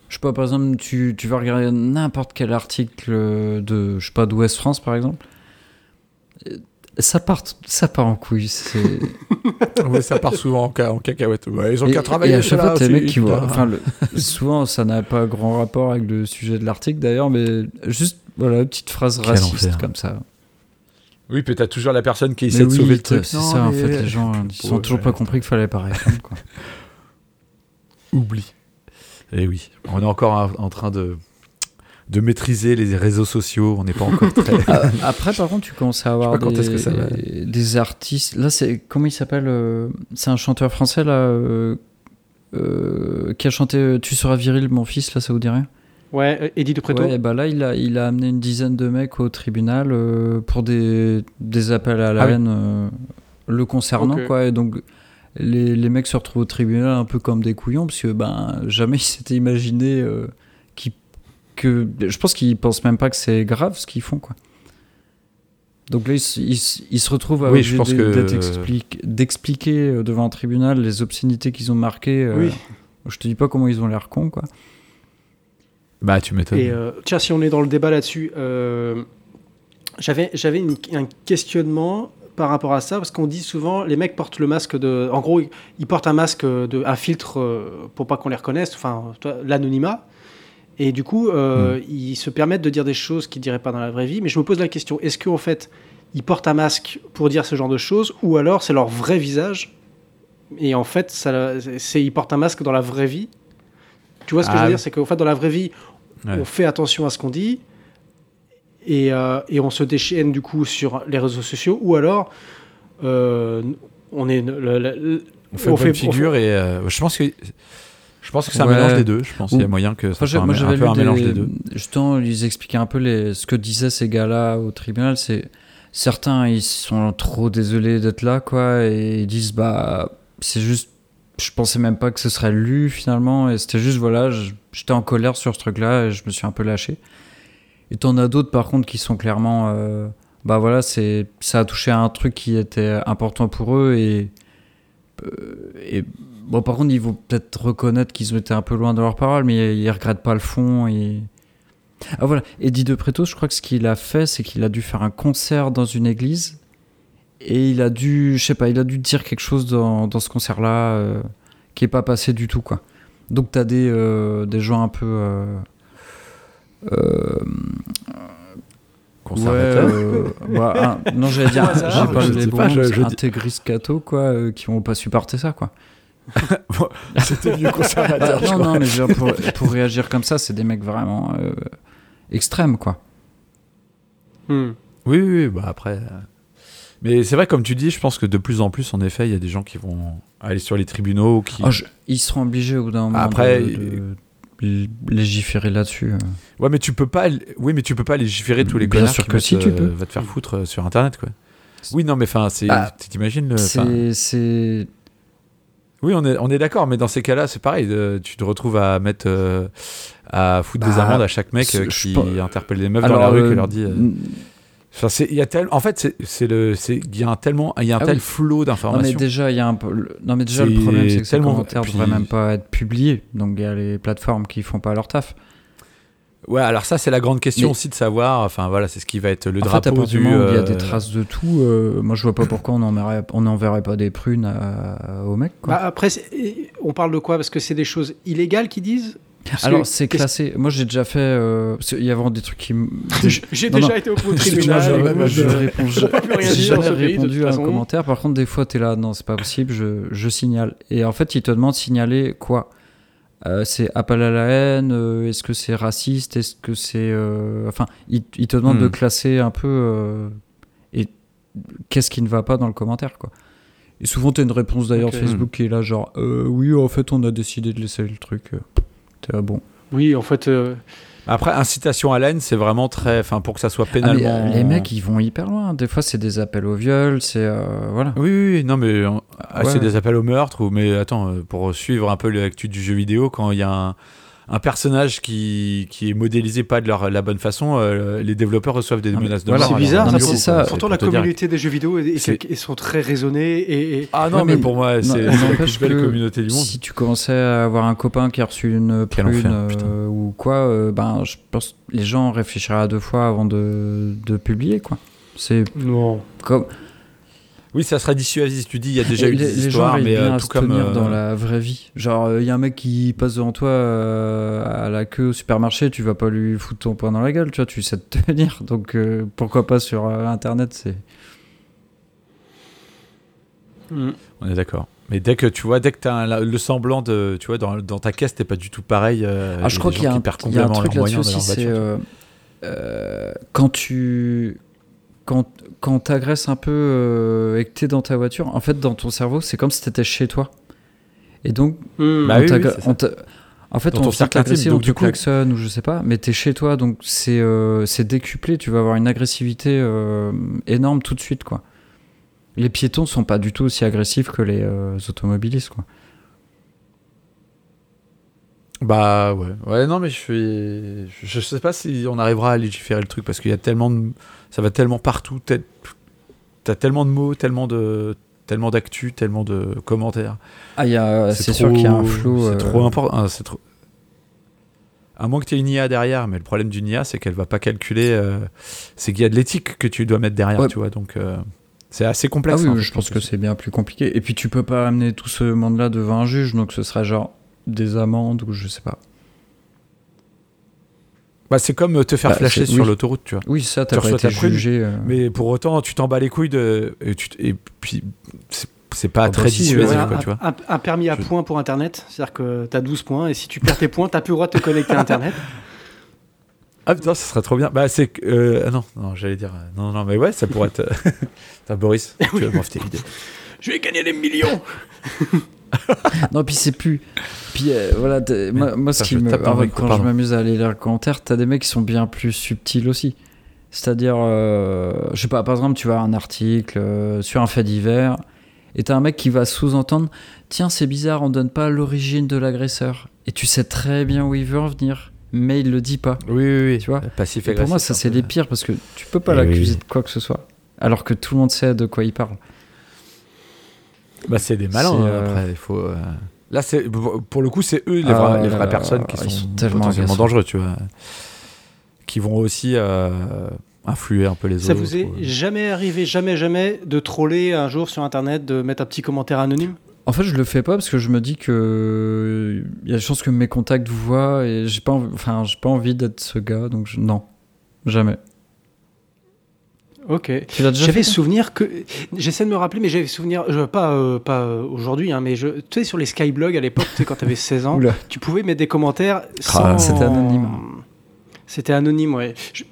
S1: Je sais pas, par exemple, tu, tu vas regarder n'importe quel article euh, de, je sais pas, d'Ouest France, par exemple. Euh, Ça part, ça part en couille. c'est-
S3: Ouais, ça part souvent en, ca- en cacahuète. Ouais, ils ont
S1: Et,
S3: qu'à travailler.
S1: et à chaque
S3: ceux-là,
S1: fois, t'as les
S3: aussi,
S1: mecs qui voient.
S3: putain.
S1: Enfin, le- souvent, ça n'a pas grand rapport avec le sujet de l'article d'ailleurs, mais juste, voilà, une petite phrase
S3: Quel
S1: raciste
S3: enfer.
S1: comme ça.
S3: Oui, puis t'as toujours la personne qui essaie
S1: Mais
S3: de
S1: oui,
S3: sauver le
S1: t'as-
S3: truc.
S1: C'est
S3: Non,
S1: ça, en
S3: mais-
S1: fait, les gens, euh, ils ont
S3: Ouais,
S1: toujours
S3: ouais.
S1: pas compris qu'il fallait pas répondre. quoi.
S3: Oublie. Et oui, on est encore en- en train de, de maîtriser les réseaux sociaux. On n'est pas encore très.
S1: Ah, Après, par contre, tu commences à avoir
S3: pas quand
S1: des,
S3: est-ce que ça va.
S1: des artistes. Là, c'est comment il s'appelle euh, C'est un chanteur français là euh, euh, qui a chanté euh, "Tu seras viril, mon fils". Là, ça vous dirait
S4: Ouais, euh, Eddie de Préto.
S1: Ouais, et bah là, il a, il a amené une dizaine de mecs au tribunal euh, pour des, des appels à la
S3: Ah oui.
S1: haine euh, le concernant,
S4: Ok.
S1: quoi. Et donc, les, les mecs se retrouvent au tribunal un peu comme des couillons, parce que ben, jamais ils s'étaient imaginé euh, qu'ils- que. Je pense qu'ils pensent même pas que c'est grave ce qu'ils font, quoi. Donc là, ils, se- ils se- ils se retrouvent à
S3: Oui,
S1: obligé
S3: je pense
S1: d'être
S3: que-
S1: d'être explique- d'expliquer euh, devant un tribunal les obscénités qu'ils ont marquées. euh,
S4: Oui.
S1: Je te dis pas comment ils ont l'air cons, quoi.
S3: bah, tu m'étonnes.
S4: Et euh, tiens, si on est dans le débat là-dessus, euh, j'avais j'avais une- un questionnement par rapport à ça, parce qu'on dit souvent, les mecs portent le masque de... En gros, ils portent un masque, de, un filtre euh, pour pas qu'on les reconnaisse, enfin, toi, l'anonymat. Et du coup, euh, ils se permettent de dire des choses qu'ils diraient pas dans la vraie vie. Mais je me pose la question, est-ce qu'en fait, ils portent un masque pour dire ce genre de choses, ou alors c'est leur vrai visage et en fait, ça, c'est, ils portent un masque dans la vraie vie. Tu vois ce que
S3: Ah
S4: je veux
S3: oui.
S4: dire C'est qu'en fait, dans la vraie vie,
S3: Ouais.
S4: on fait attention à ce qu'on dit et, euh, et on se déchaîne du coup sur les réseaux sociaux ou alors euh, on est le- le- le-
S3: on fait
S4: on
S3: une
S4: fait- on
S3: figure et euh, je pense que. Je pense que c'est un
S1: Ouais.
S3: mélange des deux. Je pense qu'il y a
S1: Ou-
S3: moyen que ça
S1: Enfin, j'ai-
S3: soit un,
S1: moi,
S3: un
S1: j'avais
S3: peu
S1: lu
S3: un mélange
S1: des-
S3: des deux.
S1: Justement, ils expliquaient un peu les, ce que disaient ces gars-là au tribunal. C'est certains, ils sont trop désolés d'être là, quoi, et ils disent bah c'est juste, je pensais même pas que ce serait lu finalement, et c'était juste voilà, je- j'étais en colère sur ce truc-là et je me suis un peu lâché. Et t'en as d'autres par contre qui sont clairement, euh, bah voilà, c'est ça a touché à un truc qui était important pour eux et euh, et Bon, par contre, ils vont peut-être reconnaître qu'ils ont été un peu loin de leurs paroles, mais ils regrettent pas le fond. Et... Ah voilà, Eddie De Preto, je crois que ce qu'il a fait, c'est qu'il a dû faire un concert dans une église. Et il a dû, je sais pas, il a dû dire quelque chose dans, dans ce concert-là euh, qui est pas passé du tout, quoi. Donc t'as des, euh, des gens un peu... euh, euh,
S3: Conservateur.
S1: Ouais, euh, bah, un- non, j'allais dire,
S4: Au hasard.
S1: j'ai pas
S3: Je
S1: les
S3: sais
S1: bons
S3: pas, je- je dis-
S1: intégristes cathos, quoi, euh, qui ont pas supporté ça, quoi.
S3: Bon, C'était mieux conservateur. je
S1: Bah, non,
S3: crois.
S1: non, mais je veux dire, pour, pour réagir comme ça, c'est des mecs vraiment euh, extrêmes, quoi.
S4: Hmm.
S3: Oui, oui, oui, bah après. euh, Mais c'est vrai, comme tu dis, je pense que de plus en plus, en effet, il y a des gens qui vont aller sur les tribunaux. Qui...
S1: Oh, je- Ils seront obligés au bout d'un moment
S3: Après,
S1: de, de légiférer là-dessus. euh.
S3: Ouais, mais tu peux pas. l- Oui, mais tu peux pas légiférer tous les
S1: Bien
S3: connards
S1: sûr
S3: qui
S1: que
S3: vont
S1: si,
S3: te-
S1: tu peux. Mm.
S3: va te faire foutre euh, sur Internet, quoi. Oui, non, mais enfin, c'est.
S1: Ah,
S3: tu T'imagines le. Euh, enfin, euh,
S1: C'est- C'est.
S3: Oui, on est, on est d'accord, mais dans ces cas-là, c'est pareil. euh, tu te retrouves à mettre. euh, à foutre des
S1: Bah,
S3: amendes à chaque mec
S1: c'est-
S3: euh,
S1: je
S3: qui
S1: pas-
S3: interpelle des meufs dans la
S1: Alors,
S3: rue
S1: euh,
S3: qui leur dit. euh, Enfin, c'est- il y a tel- En fait, c'est- c'est le. c'est- Il y a un tellement. Il y a un
S1: Ah
S3: tel
S1: oui.
S3: flot
S1: Non mais
S3: d'informations.
S1: déjà il y a un peu... le- non mais déjà le
S3: C'est
S1: problème c'est que ces
S3: tellement-
S1: commentaires
S3: puis-
S1: devraient même pas être publiés donc il y a les plateformes qui font pas leur taf.
S3: Ouais, alors ça, c'est la grande question
S1: Mais-
S3: aussi de savoir. Enfin, voilà, c'est ce qui va être le
S1: En fait à
S3: drapeau
S1: partir du
S3: du.
S1: moment où il y a
S3: euh,
S1: des traces de tout, euh, moi je vois pas pourquoi on n'enverrait on enverrait pas des prunes à- au mec. Quoi.
S4: Bah, après, c'est- et on parle de quoi Parce que c'est des choses illégales qu'ils disent Parce que-
S1: Alors c'est
S4: qu'est-ce-
S1: classé. Moi j'ai déjà fait. euh, parce qu'il y a vraiment des trucs qui. m-
S4: J'ai- J'ai
S1: Non,
S4: déjà
S1: non.
S4: été au
S1: Excuse-moi,
S4: tribunal.
S1: je,
S4: et
S1: je
S4: je-
S1: réponds- je-
S4: on peut plus rien
S1: j'ai
S4: dire dans
S1: jamais
S4: ce pays, de
S1: répondu
S4: toute
S1: à un
S4: façon.
S1: commentaire. Par contre, des fois, t'es là, non, c'est pas possible, je, je signale. Et en fait, ils te demandent de signaler quoi Euh, C'est appel à la haine euh, Est-ce que c'est raciste Est-ce que c'est. euh, Enfin, ils, ils te demandent
S3: Hmm.
S1: de classer un peu. euh, et qu'est-ce qui ne va pas dans le commentaire, quoi. Et souvent, t'as une réponse d'ailleurs
S4: Ok.
S1: de Facebook qui est là, genre, Euh, oui, en fait, on a décidé de laisser le truc. euh. T'es là, bon.
S4: Oui, en fait, euh,
S3: Après, incitation à l'aine, c'est vraiment très. Enfin, pour que ça soit
S1: Ah, mais,
S3: pénalement.
S1: euh, les mecs, ils vont hyper loin. Des fois, c'est des appels au viol, c'est. euh, voilà.
S3: Oui, oui, oui, non, mais euh, ah,
S1: Ouais.
S3: c'est des appels au meurtre. Ou, mais attends, euh, pour suivre un peu l'actu du jeu vidéo, quand il y a un, un personnage qui, qui est modélisé pas de leur, la bonne façon, euh, les développeurs reçoivent des
S1: Ah, mais
S3: menaces de
S1: voilà,
S3: mort.
S4: c'est
S3: à
S4: bizarre,
S3: leur
S1: ça,
S3: bureau,
S1: c'est
S3: quoi.
S1: ça.
S3: C'est
S4: surtout
S3: Ah, pour
S4: la
S3: te dire.
S4: communauté des jeux vidéo, et- et
S3: C'est-
S4: ils sont très raisonnés. Et, et-
S3: Ah non,
S1: Ouais,
S3: mais,
S1: mais-
S3: pour moi,
S1: non,
S3: c'est
S1: mais
S3: la
S1: n'empêche
S3: plus belle
S1: que
S3: communauté du monde.
S1: Si tu commençais à avoir un copain qui a reçu une
S3: Quel
S1: prune
S3: enfer, putain.
S1: euh, ou quoi, euh, ben je pense que les gens réfléchiraient à deux fois avant de, de publier quoi. C'est
S4: Non.
S1: comme
S3: Oui, ça sera dissuasif. Tu dis, il y a déjà eu
S1: les,
S3: des
S1: les gens
S3: histoires,
S1: arrivent
S3: mais
S1: bien
S3: euh,
S1: à
S3: tout
S1: se
S3: comme.
S1: tenir
S3: euh,
S1: dans la vraie vie. Genre euh, il y a un mec qui passe devant toi euh, à la queue au supermarché, tu vas pas lui foutre ton poing dans la gueule, tu vois, tu sais te tenir. Donc euh, pourquoi pas sur euh, internet, c'est
S4: Hmm.
S3: On est d'accord. Mais dès que tu vois, dès que t'as un- la- le semblant de, tu vois, dans, dans ta caisse, t'es pas du tout pareil. euh,
S1: Ah, je
S3: des
S1: crois
S3: gens
S1: qu'il y a
S3: qui
S1: un,
S3: perdent
S1: il y a un
S3: complètement
S1: truc
S3: leurs
S1: là-dessus
S3: moyens
S1: aussi,
S3: dans leur
S1: c'est
S3: voiture.
S1: euh, euh, quand tu quand, quand t'agresses un peu euh, et que t'es dans ta voiture, en fait, dans ton cerveau, c'est comme si t'étais chez toi. Et donc,
S4: Hmm.
S3: Bah
S1: on
S3: oui, oui,
S1: t'agre-
S3: c'est ça.
S1: on t'a- en fait,
S3: Dans
S1: on
S3: ton
S1: te fait
S3: cercle intime,
S1: agresser,
S3: donc
S1: on te
S3: du coup-
S1: klaxonne ou je sais pas, mais t'es chez toi, donc c'est euh, c'est décuplé. Tu vas avoir une agressivité euh, énorme tout de suite, quoi. Les piétons sont pas du tout aussi agressifs que les euh, automobilistes, quoi. euh,
S3: Bah ouais, ouais non mais je suis, je- je sais pas si on arrivera à légiférer le truc parce qu'il y a tellement de, ça va tellement partout, tel- t'as tellement de mots, tellement de, tellement d'actu, tellement de commentaires.
S1: Ah, il y a, c'est sûr
S3: trop-
S1: qu'il y a un flou.
S3: c'est
S1: euh,
S3: trop important, c'est trop. À moins que t'aies une IA derrière, mais le problème d'une IA c'est qu'elle va pas calculer, euh, c'est qu'il y a de l'éthique que tu dois mettre derrière,
S1: Ouais.
S3: tu vois, donc euh, c'est assez
S1: Ah
S3: complexe.
S1: oui,
S3: hein,
S1: je pense que
S3: c'est
S1: c'est bien plus compliqué. Et puis tu peux pas amener tout ce monde-là devant un juge, donc ce sera genre des amendes ou je sais pas.
S3: Bah, c'est comme te faire
S1: Bah,
S3: flasher
S1: c'est-
S3: sur
S1: oui.
S3: l'autoroute, tu vois.
S1: Oui, ça,
S3: Tu
S1: t'as pas
S3: reçois ta
S1: été
S3: prune,
S1: jugé. euh.
S3: Mais pour autant, tu t'en bats les couilles de. Et, tu t- et puis, c'est- c'est pas
S1: Ah bah
S3: très
S1: si,
S3: dissuasif,
S1: ouais.
S3: quoi,
S4: un,
S3: tu vois.
S4: un- un permis à
S3: Je-
S4: points pour Internet, c'est-à-dire que t'as 12 points, et si tu perds tes points, t'as plus le droit de te connecter à Internet.
S3: Ah putain, ça serait trop bien. Bah, c'est. que- euh, ah non, non, j'allais dire. euh, Non, non, mais ouais, ça pourrait être. euh, Putain, Boris, tu vas breveter l'idée.
S4: Je vais gagner des millions
S1: Ah, Non, puis c'est plus. Puis euh, voilà, t'es- moi, moi, ce
S3: putain,
S1: qui
S3: je
S1: me.
S3: tape dans
S1: en
S3: le
S1: vrai,
S3: micro,
S1: quand
S3: pardon.
S1: je m'amuse à aller lire les commentaires, t'as des mecs qui sont bien plus subtils aussi. C'est-à-dire, euh, je sais pas, par exemple, tu vas un article euh, sur un fait divers, et t'as un mec qui va sous-entendre Tiens, c'est bizarre, on donne pas l'origine de l'agresseur. Et tu sais très bien où il veut en venir, mais il le dit pas.
S3: Oui, oui, oui.
S1: Tu vois
S3: Passif
S1: Et pour moi,
S3: agressif,
S1: ça,
S3: un
S1: c'est
S3: peu.
S1: les pires parce que tu peux pas
S3: Eh
S1: l'accuser
S3: oui.
S1: de quoi que ce soit. Alors que tout le monde sait de quoi il parle.
S3: Bah, c'est des malins,
S1: C'est,
S3: hein,
S1: euh,
S3: après. Il faut. euh, Là, c'est pour pour le coup, c'est eux les,
S1: Ah,
S3: vrais-
S1: là,
S3: les vraies
S1: là,
S3: personnes
S1: là,
S3: qui sont,
S1: ils sont tellement
S3: potentiellement
S1: agaçants.
S3: dangereux, tu vois. Qui vont aussi euh, influer un peu les
S4: Ça
S3: autres.
S4: vous est
S3: ou-
S4: jamais arrivé, jamais, jamais, de troller un jour sur Internet, de mettre un petit commentaire anonyme
S1: En fait, je le fais pas parce que je me dis que il y a des chances que mes contacts vous voient et j'ai pas, env- enfin, j'ai pas envie d'être ce gars, donc je- non, jamais.
S4: Ok.
S1: Tu l'as déjà
S4: J'avais
S1: fait
S4: souvenir que j'essaie de me rappeler, mais j'avais souvenir je- pas euh, pas euh, aujourd'hui, hein, mais je, tu sais sur les skyblogs à l'époque, tu sais, quand t'avais 16 ans,
S1: Oula.
S4: tu pouvais mettre des commentaires sans.
S1: Ah, c'était anonyme.
S4: C'était anonyme, ouais. Je-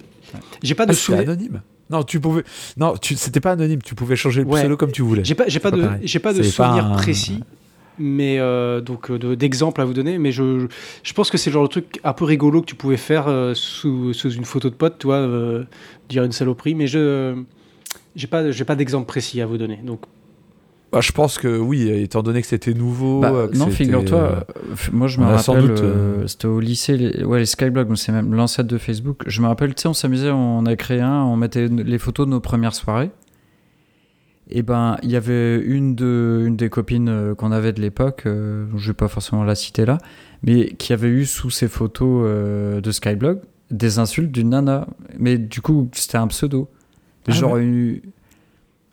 S4: J'ai pas de
S3: Ah, c'était
S4: souvenir.
S3: anonyme. Non, tu pouvais. Non, tu... c'était pas anonyme. Tu pouvais changer le
S4: Ouais.
S3: pseudo comme tu voulais.
S4: J'ai pas j'ai pas
S3: pas
S4: de
S3: pareil.
S4: j'ai pas de
S3: C'est pas
S4: souvenir
S3: un-
S4: précis. Mais euh, donc euh, de- d'exemples à vous donner, mais je, je- je pense que c'est le genre de truc un peu rigolo que tu pouvais faire euh, sous, sous une photo de pote, toi, euh, dire une saloperie, mais je j'ai pas j'ai pas d'exemple précis à vous donner. Donc
S3: Bah, je pense que oui, étant donné que c'était nouveau.
S1: Bah,
S3: euh, que
S1: non,
S3: c'était,
S1: figure-toi,
S3: euh,
S1: euh, f- moi je me
S3: on a sans
S1: rappelle,
S3: doute, euh,
S1: euh, c'était au lycée, les, ouais, les Skyblogs, donc c'est même l'ancêtre de Facebook. Je me rappelle, tu sais, on s'amusait, on a créé un, on mettait n- les photos de nos premières soirées. Et ben, il y avait une, de, une des copines euh, qu'on avait de l'époque, euh, je vais pas forcément la citer là, mais qui avait eu sous ses photos euh, de Skyblog des insultes d'une nana. Mais du coup, c'était un pseudo.
S3: Ah
S1: genre,
S3: ouais.
S1: une-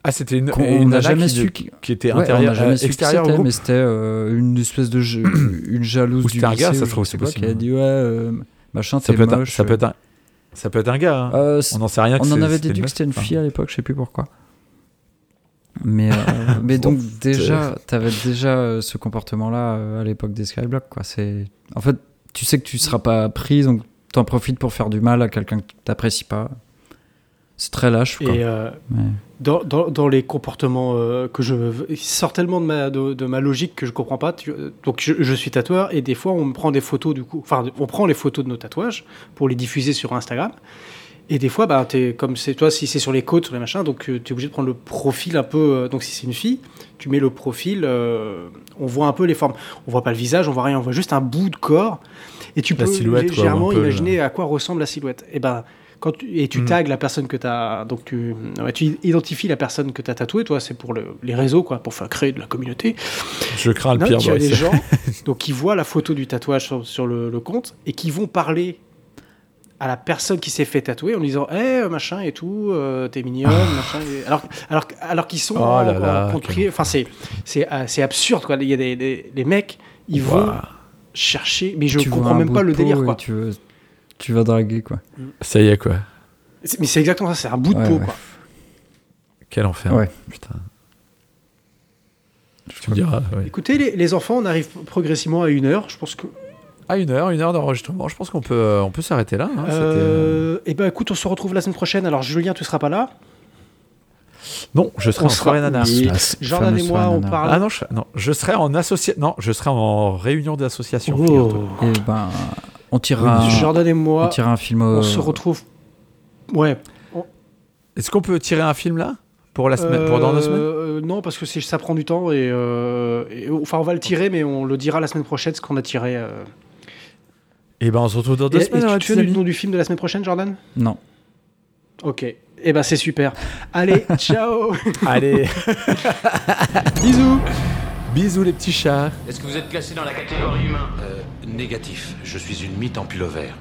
S3: Ah, c'était une.
S1: qu'on-
S3: une
S1: on n'a
S3: nana
S1: jamais
S3: qui-
S1: su. qui-
S3: Qui était
S1: Ouais, on
S3: intérieure,
S1: n'a jamais
S3: euh,
S1: su qui
S3: extérieure au
S1: c'était,
S3: groupe.
S1: mais c'était euh, une espèce de je- une jalouse
S3: Ou
S1: du
S3: c'était un
S1: lycée,
S3: gars, ça
S1: ou
S3: se
S1: je
S3: trouve,
S1: sais
S3: c'est
S1: pas,
S3: possible.
S1: Qui a dit ouais, euh, machin,
S3: Ça
S1: t'es
S3: peut, être un,
S1: moche.
S3: ça, peut être un, ça peut être un gars. hein.
S1: Euh, c-
S3: on n'en sait rien. que
S1: on en
S3: c'est-
S1: avait
S3: c'était une
S1: déduit que
S3: meuf,
S1: c'était une
S3: enfin.
S1: fille à l'époque, je sais plus pourquoi. Mais, euh, mais donc déjà, t'avais déjà euh, ce comportement-là euh, à l'époque des Skyblock, quoi. C'est en fait, tu sais que tu seras pas pris, donc t'en profites pour faire du mal à quelqu'un que t'apprécies pas. C'est très lâche, quoi.
S4: Et euh,
S1: Ouais.
S4: dans, dans, dans les comportements euh, que je. Ils sortent tellement de ma, de, de ma logique que je comprends pas. Tu- euh, donc, je, je suis tatoueur et des fois, on me prend des photos du coup. Enfin, on prend les photos de nos tatouages pour les diffuser sur Instagram. Et des fois, bah, es, comme c'est toi, si c'est sur les côtes, sur les machins, donc tu es obligé de prendre le profil un peu. euh, donc, si c'est une fille, tu mets le profil, euh, on voit un peu les formes. On voit pas le visage, on voit rien, on voit juste un bout de corps. Et tu
S3: La
S4: peux
S3: silhouette, quoi, ou un
S4: légèrement
S3: peu, là.
S4: imaginer à quoi ressemble la silhouette. Et ben, quand tu, et tu
S3: Mm.
S4: tags la personne que tu as. Donc tu, ouais, tu identifies la personne que tu as tatouée, toi, c'est pour le- les réseaux, quoi, pour faire créer de la communauté.
S3: Je
S1: Ah,
S3: crains le
S4: Non,
S3: pire.
S1: bah,
S4: tu as
S3: Boris.
S4: des gens donc, qui voient la photo du tatouage sur, sur le, le compte et qui vont parler à la personne qui s'est fait tatouer en lui disant Eh, machin et tout, euh, t'es mignonne,
S1: Ah.
S4: machin. et- Alors, alors, alors qu'ils sont
S3: Oh
S4: en-
S3: là
S4: en
S3: là,
S4: compte
S3: quel
S4: privé. Enfin, c'est, c'est, euh, c'est absurde, quoi. Il y a des, des- les mecs, ils
S3: Ouah.
S4: vont chercher, mais je
S1: Tu vois
S4: comprends
S1: un
S4: même
S1: bout
S4: pas
S1: de
S4: le
S1: peau
S4: délire,
S1: et
S4: quoi.
S1: Tu, veux- tu vas draguer, quoi.
S3: Ça y est, quoi.
S4: C'est- Mais c'est exactement ça, c'est un bout de
S1: Ouais,
S4: peau,
S1: ouais.
S4: quoi.
S3: Quel enfer.
S1: Ouais.
S3: Putain. Tu me diras. ouais.
S4: Écoutez, les, les enfants, on arrive progressivement à une heure. Je pense que.
S3: À Ah, une heure, une heure d'enregistrement. Je pense qu'on peut, euh, on peut s'arrêter là.
S1: Ah,
S3: hein. C'était, euh,
S4: Euh, Eh ben, écoute, on se retrouve la semaine prochaine. Alors, Julien, tu seras pas là.
S3: Non, je serai
S4: on
S3: en soirée
S4: sera-
S3: nana.
S4: Oui.
S1: Ah, ce
S4: Jordan
S1: fameux
S4: et moi,
S1: soir,
S4: on
S1: nana.
S4: parle.
S3: euh, Ah non, je, non, je serai en association. Non, je serai en réunion d'association.
S4: Oh.
S3: figure-toi.
S1: Et ben, on tirera,
S4: Jordan et
S1: on
S4: moi,
S1: tirera un film.
S4: on
S1: euh,
S4: se retrouve. Ouais.
S3: Est-ce qu'on peut tirer un film là pour la semaine, pour dans deux semaines
S4: Euh, Non, parce que c'est- ça prend du temps et, euh, et- enfin, on va le tirer, mais on le dira la semaine prochaine ce qu'on a tiré. euh.
S3: Eh ben, on se retrouve dans
S4: Et,
S3: deux
S4: et
S3: semaines.
S4: tu
S3: hein,
S4: te
S3: petits
S4: souviens du
S3: amis.
S4: nom du film de la semaine prochaine, Jordan
S1: Non.
S4: Ok. Eh ben, c'est super. Allez, ciao,
S3: Allez,
S4: bisous.
S3: bisous les petits chats.
S5: Est-ce que vous êtes classé dans la catégorie humain
S6: Euh, négatif. Je suis une mythe en pullover.